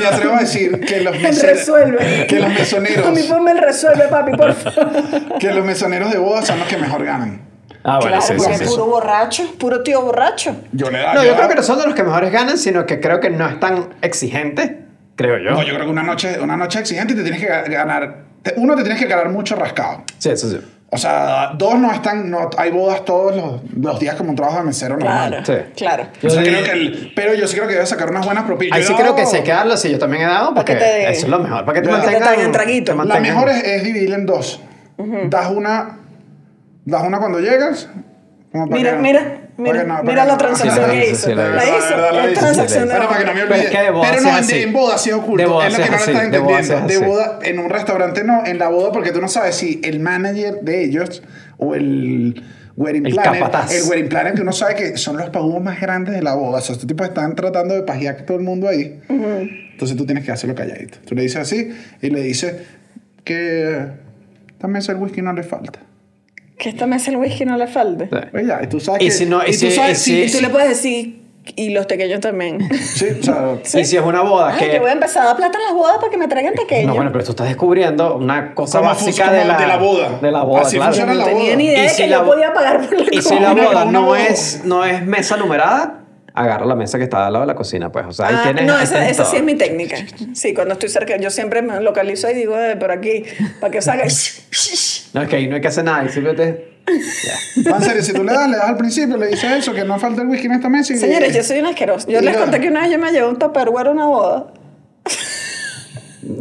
S1: me atrevo a decir que los
S2: El
S1: meseros-
S2: resuelve.
S1: que los mesoneros
S3: Ah,
S2: A mí ponme el resuelve, papi, por favor.
S1: que los mesoneros de boda son los que mejor ganan
S7: Ah, bueno,
S2: claro,
S7: sí,
S2: porque
S7: sí, sí.
S2: puro borracho, puro tío borracho.
S1: Yo le
S3: No, yo creo que no son de los que mejores ganan, sino que creo que no es tan exigente, creo yo.
S1: No, yo creo que una noche, una noche exigente te tienes que ga- ganar. te- uno, te tienes que ganar mucho rascado.
S3: Sí, eso sí.
S1: O sea, dos no están. No, hay bodas todos los, los días como un trabajo de mesero
S2: Claro,
S1: normal.
S3: Sí.
S2: claro.
S1: O sea,
S3: Yo
S1: creo
S3: di-
S1: que el- pero yo sí creo que debe sacar unas buenas propinas.
S3: Ahí
S1: Yo
S3: sí
S1: he
S3: creo
S1: dado-
S3: que sé que darlo, sí, yo también he dado, porque
S2: que te-
S3: eso es lo mejor. Para que te
S1: Para que te
S3: mantengan...
S2: traigan traguito. La
S1: La
S3: mantengan-
S1: mejor es, es dividirla en dos. Das una. Das una cuando llegas. como para
S2: Mira,
S1: que-
S2: mira,
S1: para
S2: mira,
S1: que no- para
S2: mira
S1: que
S2: la
S1: no-
S2: transacción
S1: Ajá.
S2: que
S7: sí,
S2: hizo.
S7: sí, la
S2: La
S7: hizo.
S1: La
S2: hizo, es
S1: hizo.
S2: transacción
S1: Pero para que no me
S2: de
S1: olvide.
S3: Pero es que de boda
S1: Pero
S3: se
S1: no, en,
S3: hace así.
S1: en boda sí es oculto.
S3: De boda
S1: es lo
S3: se
S1: que no lo
S3: hace
S1: estás
S3: así, de boda se
S1: entendiendo.
S3: hace
S1: De
S3: así.
S1: boda, en un restaurante no, en la boda, porque tú no sabes si el manager de ellos o el wedding
S3: El
S1: planner,
S3: capataz.
S1: el wedding planner que uno sabe que son los pagos más grandes de la boda. O sea, estos tipos están tratando de pajear a todo el mundo ahí. Entonces tú tienes que hacerlo calladito. Tú le dices así y le dices que también el whisky no le falta.
S2: Que esta mesa el whisky no le falte.
S3: Sí.
S1: Pues ya, y tú sabes
S3: Y
S1: que-
S3: si no- y
S1: tú
S3: si-
S1: sabes
S3: y
S1: si-
S2: Y
S3: si-
S2: tú le puedes decir, y los tequeños también.
S1: Sí, o sea,
S3: Y si es una boda
S2: Ay,
S3: que...
S2: yo voy a empezar a dar plata en las bodas para que me traigan tequeños.
S3: No, bueno, pero tú estás descubriendo una cosa
S1: Cómo
S3: básica
S1: fun-
S3: de
S1: cómo
S3: la,
S1: de la boda.
S3: De la boda,
S1: Así
S3: claro.
S1: funciona
S2: no
S1: la
S2: tenía
S1: boda.
S2: ni idea
S3: Y
S2: de
S3: si
S2: que
S3: la
S2: yo
S3: bo-
S2: podía pagar por la
S3: Y si la
S2: comida.
S3: boda
S1: una
S3: no
S1: boda.
S3: es, no es mesa numerada, agarra la mesa que está al lado de la cocina, pues. O sea, ahí
S2: Ah,
S3: tienes.
S2: no,
S3: ahí
S2: esa,
S3: tienes
S2: esa sí
S3: todo.
S2: es mi técnica. Sí, cuando estoy cerca, yo siempre me localizo y digo, eh, por aquí, para que salga.
S3: No, es que ahí no hay que hacer nada, ahí simplemente.
S1: No, en serio, si tú le das, le das al principio, le dices eso, que no falta el whisky en esta mesa. y-
S2: Señores, yo soy un asqueroso. Yo
S1: Y
S2: les
S1: no.
S2: conté que una vez yo me llevé un tupperware a una boda.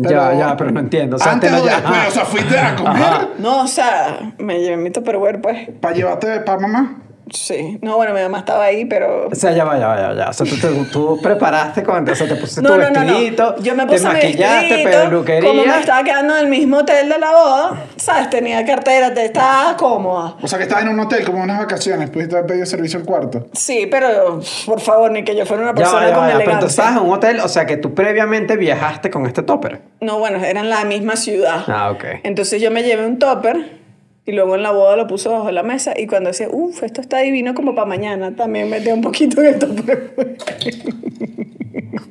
S3: ya, ya, pero no entiendo. O sea,
S1: Antes
S3: te la-
S1: o
S3: ya- ah.
S1: después, o sea, fuiste a comer
S2: No, o sea, me llevé mi tupperware, pues.
S1: para llevarte para mamá.
S2: Sí. No, bueno, mi mamá estaba ahí, pero...
S3: O sea, ya va, ya va, ya va, ya. O sea, tú, te, tú preparaste con. O sea, te pusiste
S2: No,
S3: tu
S2: no, no,
S3: vestidito.
S2: no. Yo me
S3: te
S2: puse mi
S3: maquillaste,
S2: vestidito,
S3: peluquería.
S2: Como me estaba quedando en el mismo hotel de la boda, ¿sabes? Tenía cartera, te estaba cómoda.
S1: O sea, que estabas en un hotel como en unas vacaciones, pues, pudiste haber pedido servicio al cuarto.
S2: Sí, pero por favor, ni que yo fuera una
S3: Ya va,
S2: persona
S3: ya
S2: con
S3: va, ya. Pero tú
S2: elegancia.
S3: estabas en un hotel, o sea, que tú previamente viajaste con este topper.
S2: No, bueno, eran la misma ciudad.
S3: Ah, ok.
S2: Entonces yo me llevé un topper y luego en la boda lo puse bajo la mesa y cuando decía, uff, esto está divino como para mañana, también metí un poquito en el topper.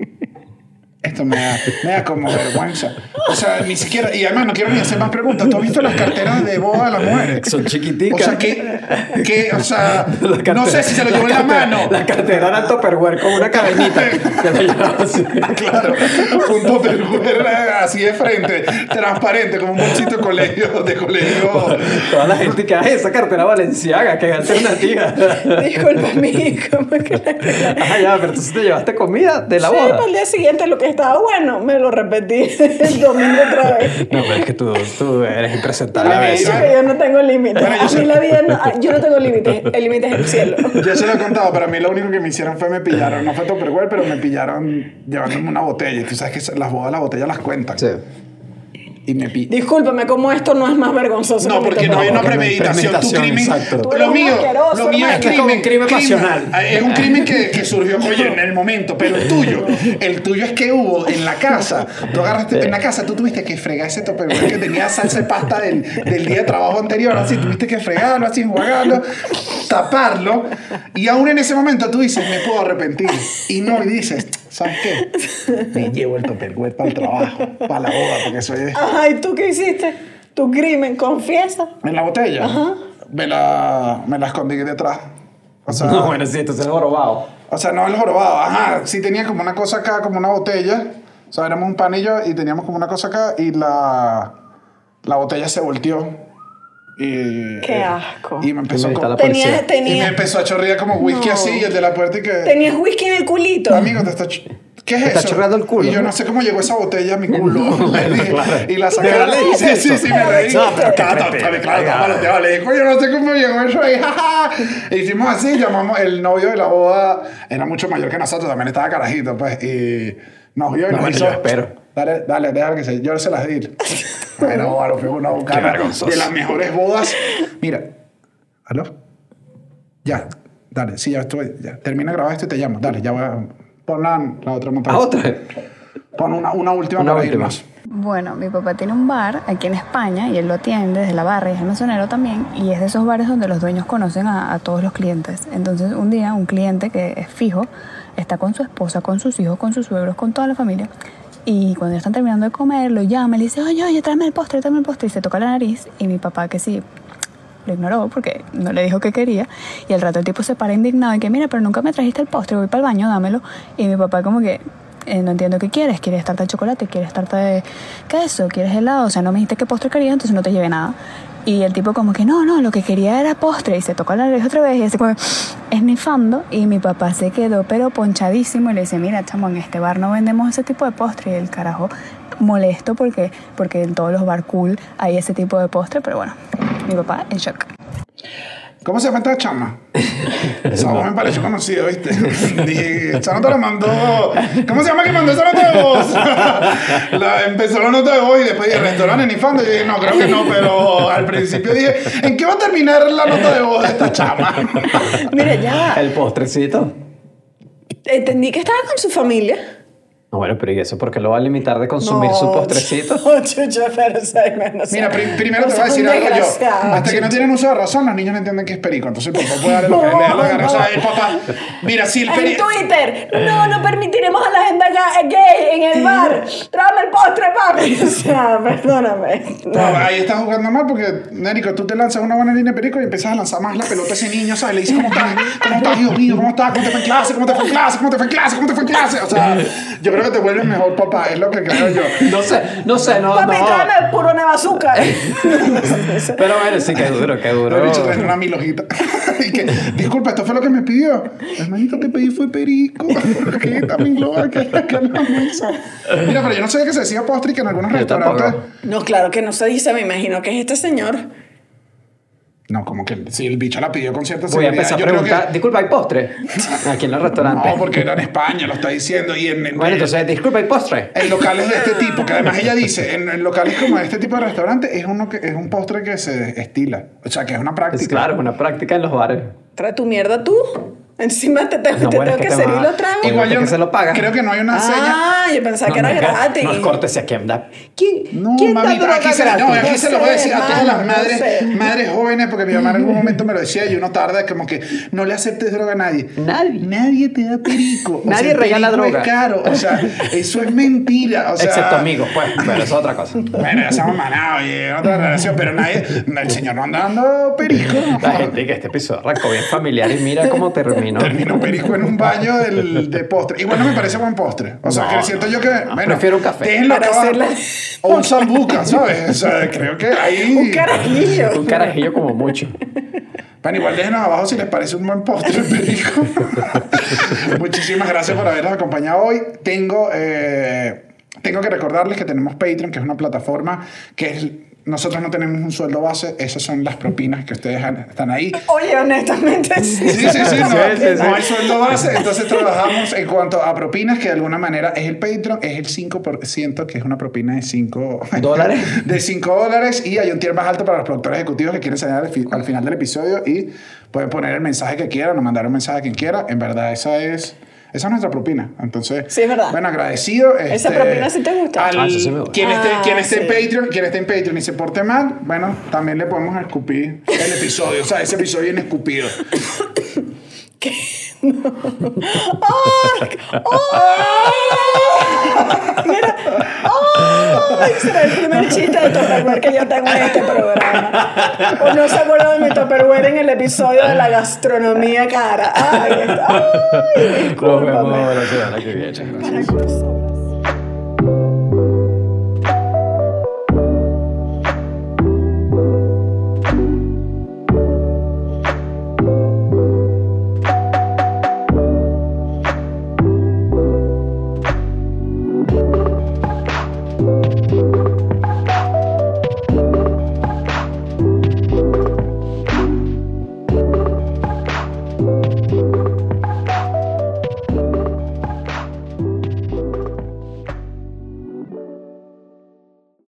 S1: Esto me da, me da como vergüenza. O sea, ni siquiera. Y además, no quiero ni hacer más preguntas. ¿Tú has visto las carteras de boda de las mujeres?
S3: Son chiquiticas.
S1: O sea, que. que o sea,
S3: La cartera-
S1: no sé si se lo llevó en la
S3: cartera-
S1: mano.
S3: La cartera era Tupperware con una cadenita. Se la llevaba así.
S1: Claro, un tupperware así de frente, transparente, como un bolsito de colegio, de colegio
S3: Toda la gente que hace esa cartera valenciaga, que alternativa.
S2: Disculpa, mi como que la...
S3: Ah, ya, pero tú sí te llevaste comida de la
S2: Sí, pues.
S3: boda.
S2: para el día siguiente lo que estaba bueno, me lo repetí el domingo otra vez.
S3: No, pero es que tú, tú eres impresentable a
S1: Ay,
S3: veces.
S2: Yo que yo no tengo límites.
S1: Bueno, yo
S2: A mí
S1: sé-
S2: la vida no, a- yo no tengo límites. El límite es el cielo.
S1: Yo se lo he contado, pero a mí lo único que me hicieron fue me pillaron. No fue Tupperware, pero me pillaron llevándome una botella. Y tú sabes que las bodas, las botellas las cuentan.
S3: Sí.
S1: Y me pillaron.
S2: Discúlpame, como esto no es más vergonzoso.
S1: No,
S2: que mi
S1: porque no hay
S2: topper.
S1: una
S3: no hay
S1: premeditación. Tu
S3: premeditación,
S1: crimen.
S3: exacto.
S2: Tú eres
S1: Lo
S2: un
S1: mío,
S2: asqueroso,
S1: lo mío es
S2: hermano.
S1: crimen.
S3: Es como un crimen pasional.
S1: Ah, Es un crimen que, que surgió, oye, en el momento, pero el tuyo. El tuyo es que hubo en la casa. Tú agarraste en la casa, tú tuviste que fregar ese topperware que tenía salsa y pasta del, del día de trabajo anterior. Así tuviste que fregarlo, así enjuagarlo, taparlo. Y aún en ese momento tú dices, me puedo arrepentir. Y no, y dices, ¿sabes qué? Me llevo el topperware para el trabajo, para la boda, porque soy.
S2: Ajá, ¿y tú qué hiciste? Tu crimen, confiesa.
S1: En la botella. Me la, me la escondí detrás. O sea,
S3: No, bueno, sí, entonces es jorobado.
S1: o sea, no el jorobado. Ajá, sí tenía como una cosa acá, como una botella. O sea, éramos un panillo y teníamos como una cosa acá y la, la botella se volteó. Y,
S2: Qué
S1: eh,
S2: asco.
S1: Y me empezó,
S3: Ahí está
S1: como-
S3: la policía.
S2: Tenías,
S1: y me
S2: tenías,
S1: empezó a chorrear como whisky así y el de la puerta y que...
S2: tenías whisky en el culito.
S1: Amigo, te está... ch- ¿Qué es
S3: Te está
S1: eso?
S3: chorreando el culo.
S1: Y yo no sé cómo llegó esa botella a mi culo. Le dije,
S3: claro.
S1: Y la
S3: ¿De
S1: saqué.
S3: verdad le
S1: Sí,
S3: dices
S1: sí,
S3: eso?
S1: sí, me reí.
S3: No, pero qué
S1: claro,
S3: crepe.
S1: claro, claro, claro, claro. Le dije, yo no sé cómo llegó eso ahí. ja, ja". E Hicimos así, llamamos el novio de la boda. Era mucho mayor que nosotros, también estaba carajito, pues. Y nos vio y
S3: No,
S1: nos
S3: bueno,
S1: hizo...
S3: yo espero.
S1: Dale, dale, déjame que se... Yo se las di. Bueno, a lo que una bucana
S3: vergonzoso.
S1: de las mejores bodas. Mira, ¿aló? Ya, dale, sí, ya estoy. Ya. Termina de grabar esto y te llamo. Dale, ya voy a. Pon la, la otra
S2: Ah,
S1: montaña.
S3: A Ah, otra.
S1: Pon una, una última
S3: Una
S1: para
S3: última.
S1: irnos.
S5: Bueno, mi papá tiene un bar aquí en España y él lo atiende desde la barra y es almacenero también y es de esos bares donde los dueños conocen a, a todos los clientes. Entonces un día un cliente que es fijo está con su esposa, con sus hijos, con sus suegros, con toda la familia y cuando ya están terminando de comer lo llama y le dice, oye, oye, tráeme el postre, tráeme el postre y se toca la nariz y mi papá que sí,
S7: lo ignoró porque no le dijo que quería. Y al rato el tipo se para indignado y que, mira, pero nunca me trajiste el postre, voy para el baño, dámelo. Y mi papá como que, "Eh, no entiendo qué quieres, quieres tarta de chocolate, quieres tarta de queso, quieres helado, o sea, no me dijiste qué postre querías, entonces no te llevé nada. Y el tipo como que, no, no, lo que quería era postre. Y se toca la nariz otra vez y hace como esnifando. Y mi papá se quedó pero ponchadísimo y le dice, mira, chamo, en este bar no vendemos ese tipo de postre. Y el carajo molesto porque, porque en todos los bar cool hay ese tipo de postre. Pero bueno, mi papá en shock.
S1: ¿Cómo se llama esta chama? Esa voz me pareció conocida, ¿viste? Dije, esa nota la mandó. ¿Cómo se llama que mandó esa nota de voz? La- empezó la nota de voz y después dije, restaurante ni fan. Yo dije, no, creo que no, pero al principio dije, ¿en qué va a terminar la nota de voz de esta chama?
S2: Mira, ya.
S3: El postrecito.
S2: Entendí que estaba con su familia.
S3: No, bueno, pero ¿y eso por qué lo va a limitar de consumir su postrecito?
S2: No, chucho, pero o sea, no sé.
S1: Mira, pri- primero
S2: No
S1: te voy a
S2: seas un
S1: decir algo yo.
S2: desgraciado,
S1: Hasta que no
S2: chucho.
S1: tienen uso de razón, los niños no entienden qué es perico. Entonces, el papá puede darle lo que
S2: No,
S1: le dé la gana. O sea,
S2: no.
S1: el papá, mira, si el
S2: En
S1: perico.
S2: Twitter, no, no permitiremos a la gente ga- gay en el bar. Tráeme el postre, papi. O sea, perdóname.
S1: No, ahí estás jugando mal porque, Nérico, tú te lanzas una buena línea de perico y empiezas a lanzar más la pelota a ese niño, ¿sabes? Le dices, ¿cómo estás? ¿Cómo estás, Dios mío? ¿Cómo estás? ¿Cómo te fue en clase? ¿Cómo te fue en clase? ¿Cómo te fue en clase? ¿Cómo te fue en clase? O sea, yo creo que te vuelves mejor papá, es lo que creo yo.
S3: No sé, no sé, no,
S2: papi,
S3: no.
S2: tráeme puro nevazuca.
S3: Pero bueno, sí, qué duro, qué
S1: Pero
S3: duro.
S1: el bicho trae una milojita. Y que, Disculpa, esto fue lo que me pidió. Hermanito, te pedí fue perico. Que también lo que acá en la mesa. Mira, pero yo no sabía que se decía postre y que en algunos
S3: Yo
S1: restaurantes.
S3: tampoco.
S2: No, claro que no se dice, me imagino que es este señor.
S1: No, como que si el bicho la pidió con cierta
S3: Voy a
S1: seguridad.
S3: empezar a
S1: yo creo que-
S3: preguntar, disculpa, ¿hay postre? Aquí en los restaurantes.
S1: No, porque era en España, lo está diciendo. Y en, en-
S3: Bueno, entonces, disculpa, ¿hay postre?
S1: en locales de este tipo, que además ella dice, en, en locales como este tipo de restaurantes, es, uno que, es un postre que se estila. O sea, que es una práctica.
S3: Es Pues claro, una práctica en los bares.
S2: Trae tu mierda tú. Encima te, te-
S3: No,
S2: te
S3: bueno,
S2: tengo
S3: es que
S2: que
S3: te
S2: hacer
S3: va-
S2: y lo trago.
S3: Igual- que se lo paga.
S1: Creo que no hay una seña.
S2: Ah, yo pensaba que
S3: no,
S2: era
S3: no es gra-
S2: gratis.
S3: No es cortesía, ¿quién da? ¿Quién,
S1: No,
S3: ¿quién da
S1: mamita,
S3: droga
S1: aquí se, no,
S3: gratis?
S1: aquí
S2: No
S1: se lo voy a
S2: sé,
S1: decir a todas
S2: hermano,
S1: las
S2: no
S1: madres,
S2: sé.
S1: madres jóvenes, porque mi mamá en algún momento me lo decía y uno tarda como que no le aceptes droga a nadie.
S3: Nadie.
S1: Nadie te da perico. O
S3: Nadie
S1: el
S3: regala
S1: perico
S3: droga.
S1: Es caro. O sea, eso es mentira. O sea,
S3: Excepto amigos, pues, pero eso es otra cosa.
S1: Bueno, ya estamos manados y en otra relación, pero nadie, el señor no anda dando perico.
S3: La gente que este episodio arrancó bien familiar y mira cómo terminó.
S1: Terminó perico en un baño del, de postre. Igual no me parece buen postre. O sea,
S3: No, Ah,
S1: que siento yo que. Bueno,
S3: prefiero un café.
S1: Déjenlo
S2: Para
S1: acabar.
S2: hacerla-
S1: O un sambuca, ¿sabes? O sea, creo que ahí.
S2: Un carajillo.
S3: Un carajillo como mucho.
S1: Bueno, igual déjenos abajo si les parece un buen postre el perico. Muchísimas gracias por habernos acompañado hoy. Tengo, eh, tengo que recordarles que tenemos Patreon, que es una plataforma que es- Nosotros no tenemos un sueldo base, esas son las propinas que ustedes han- están ahí.
S2: Oye, honestamente, sí.
S1: Sí, sí, sí, no,
S3: Sí, sí, sí.
S1: no hay sueldo base, entonces trabajamos en cuanto a propinas, que de alguna manera es el Patreon, es el 5%, que es una propina de 5
S3: ¿Dólares?
S1: De 5 dólares y hay un tier más alto para los productores ejecutivos que quieren salir al, fi- al final del episodio y pueden poner el mensaje que quieran o mandar un mensaje a quien quiera. En verdad, esa es... Esa es nuestra propina. Entonces,
S2: Sí, es verdad.
S1: bueno, agradecido.
S2: Esa
S1: este,
S2: propina sí te gusta.
S1: al-
S3: Ah, eso sí me gusta.
S1: quien esté,
S2: Ah,
S1: quien esté en
S2: sí.
S1: Patreon, quien esté en Patreon y se porte mal, bueno, también le podemos escupir el episodio. O sea, ese episodio en escupido.
S2: ¡Ay! ¡Ay! Mira. ¡Ay! Será el primer chiste de Tupperware que yo tengo en este programa. O no se acuerdan de mi Tupperware en el episodio de la gastronomía cara. ¡Ay! ¡Ay!
S3: Nos vemos
S2: Discúlpame.
S3: la semana que viene.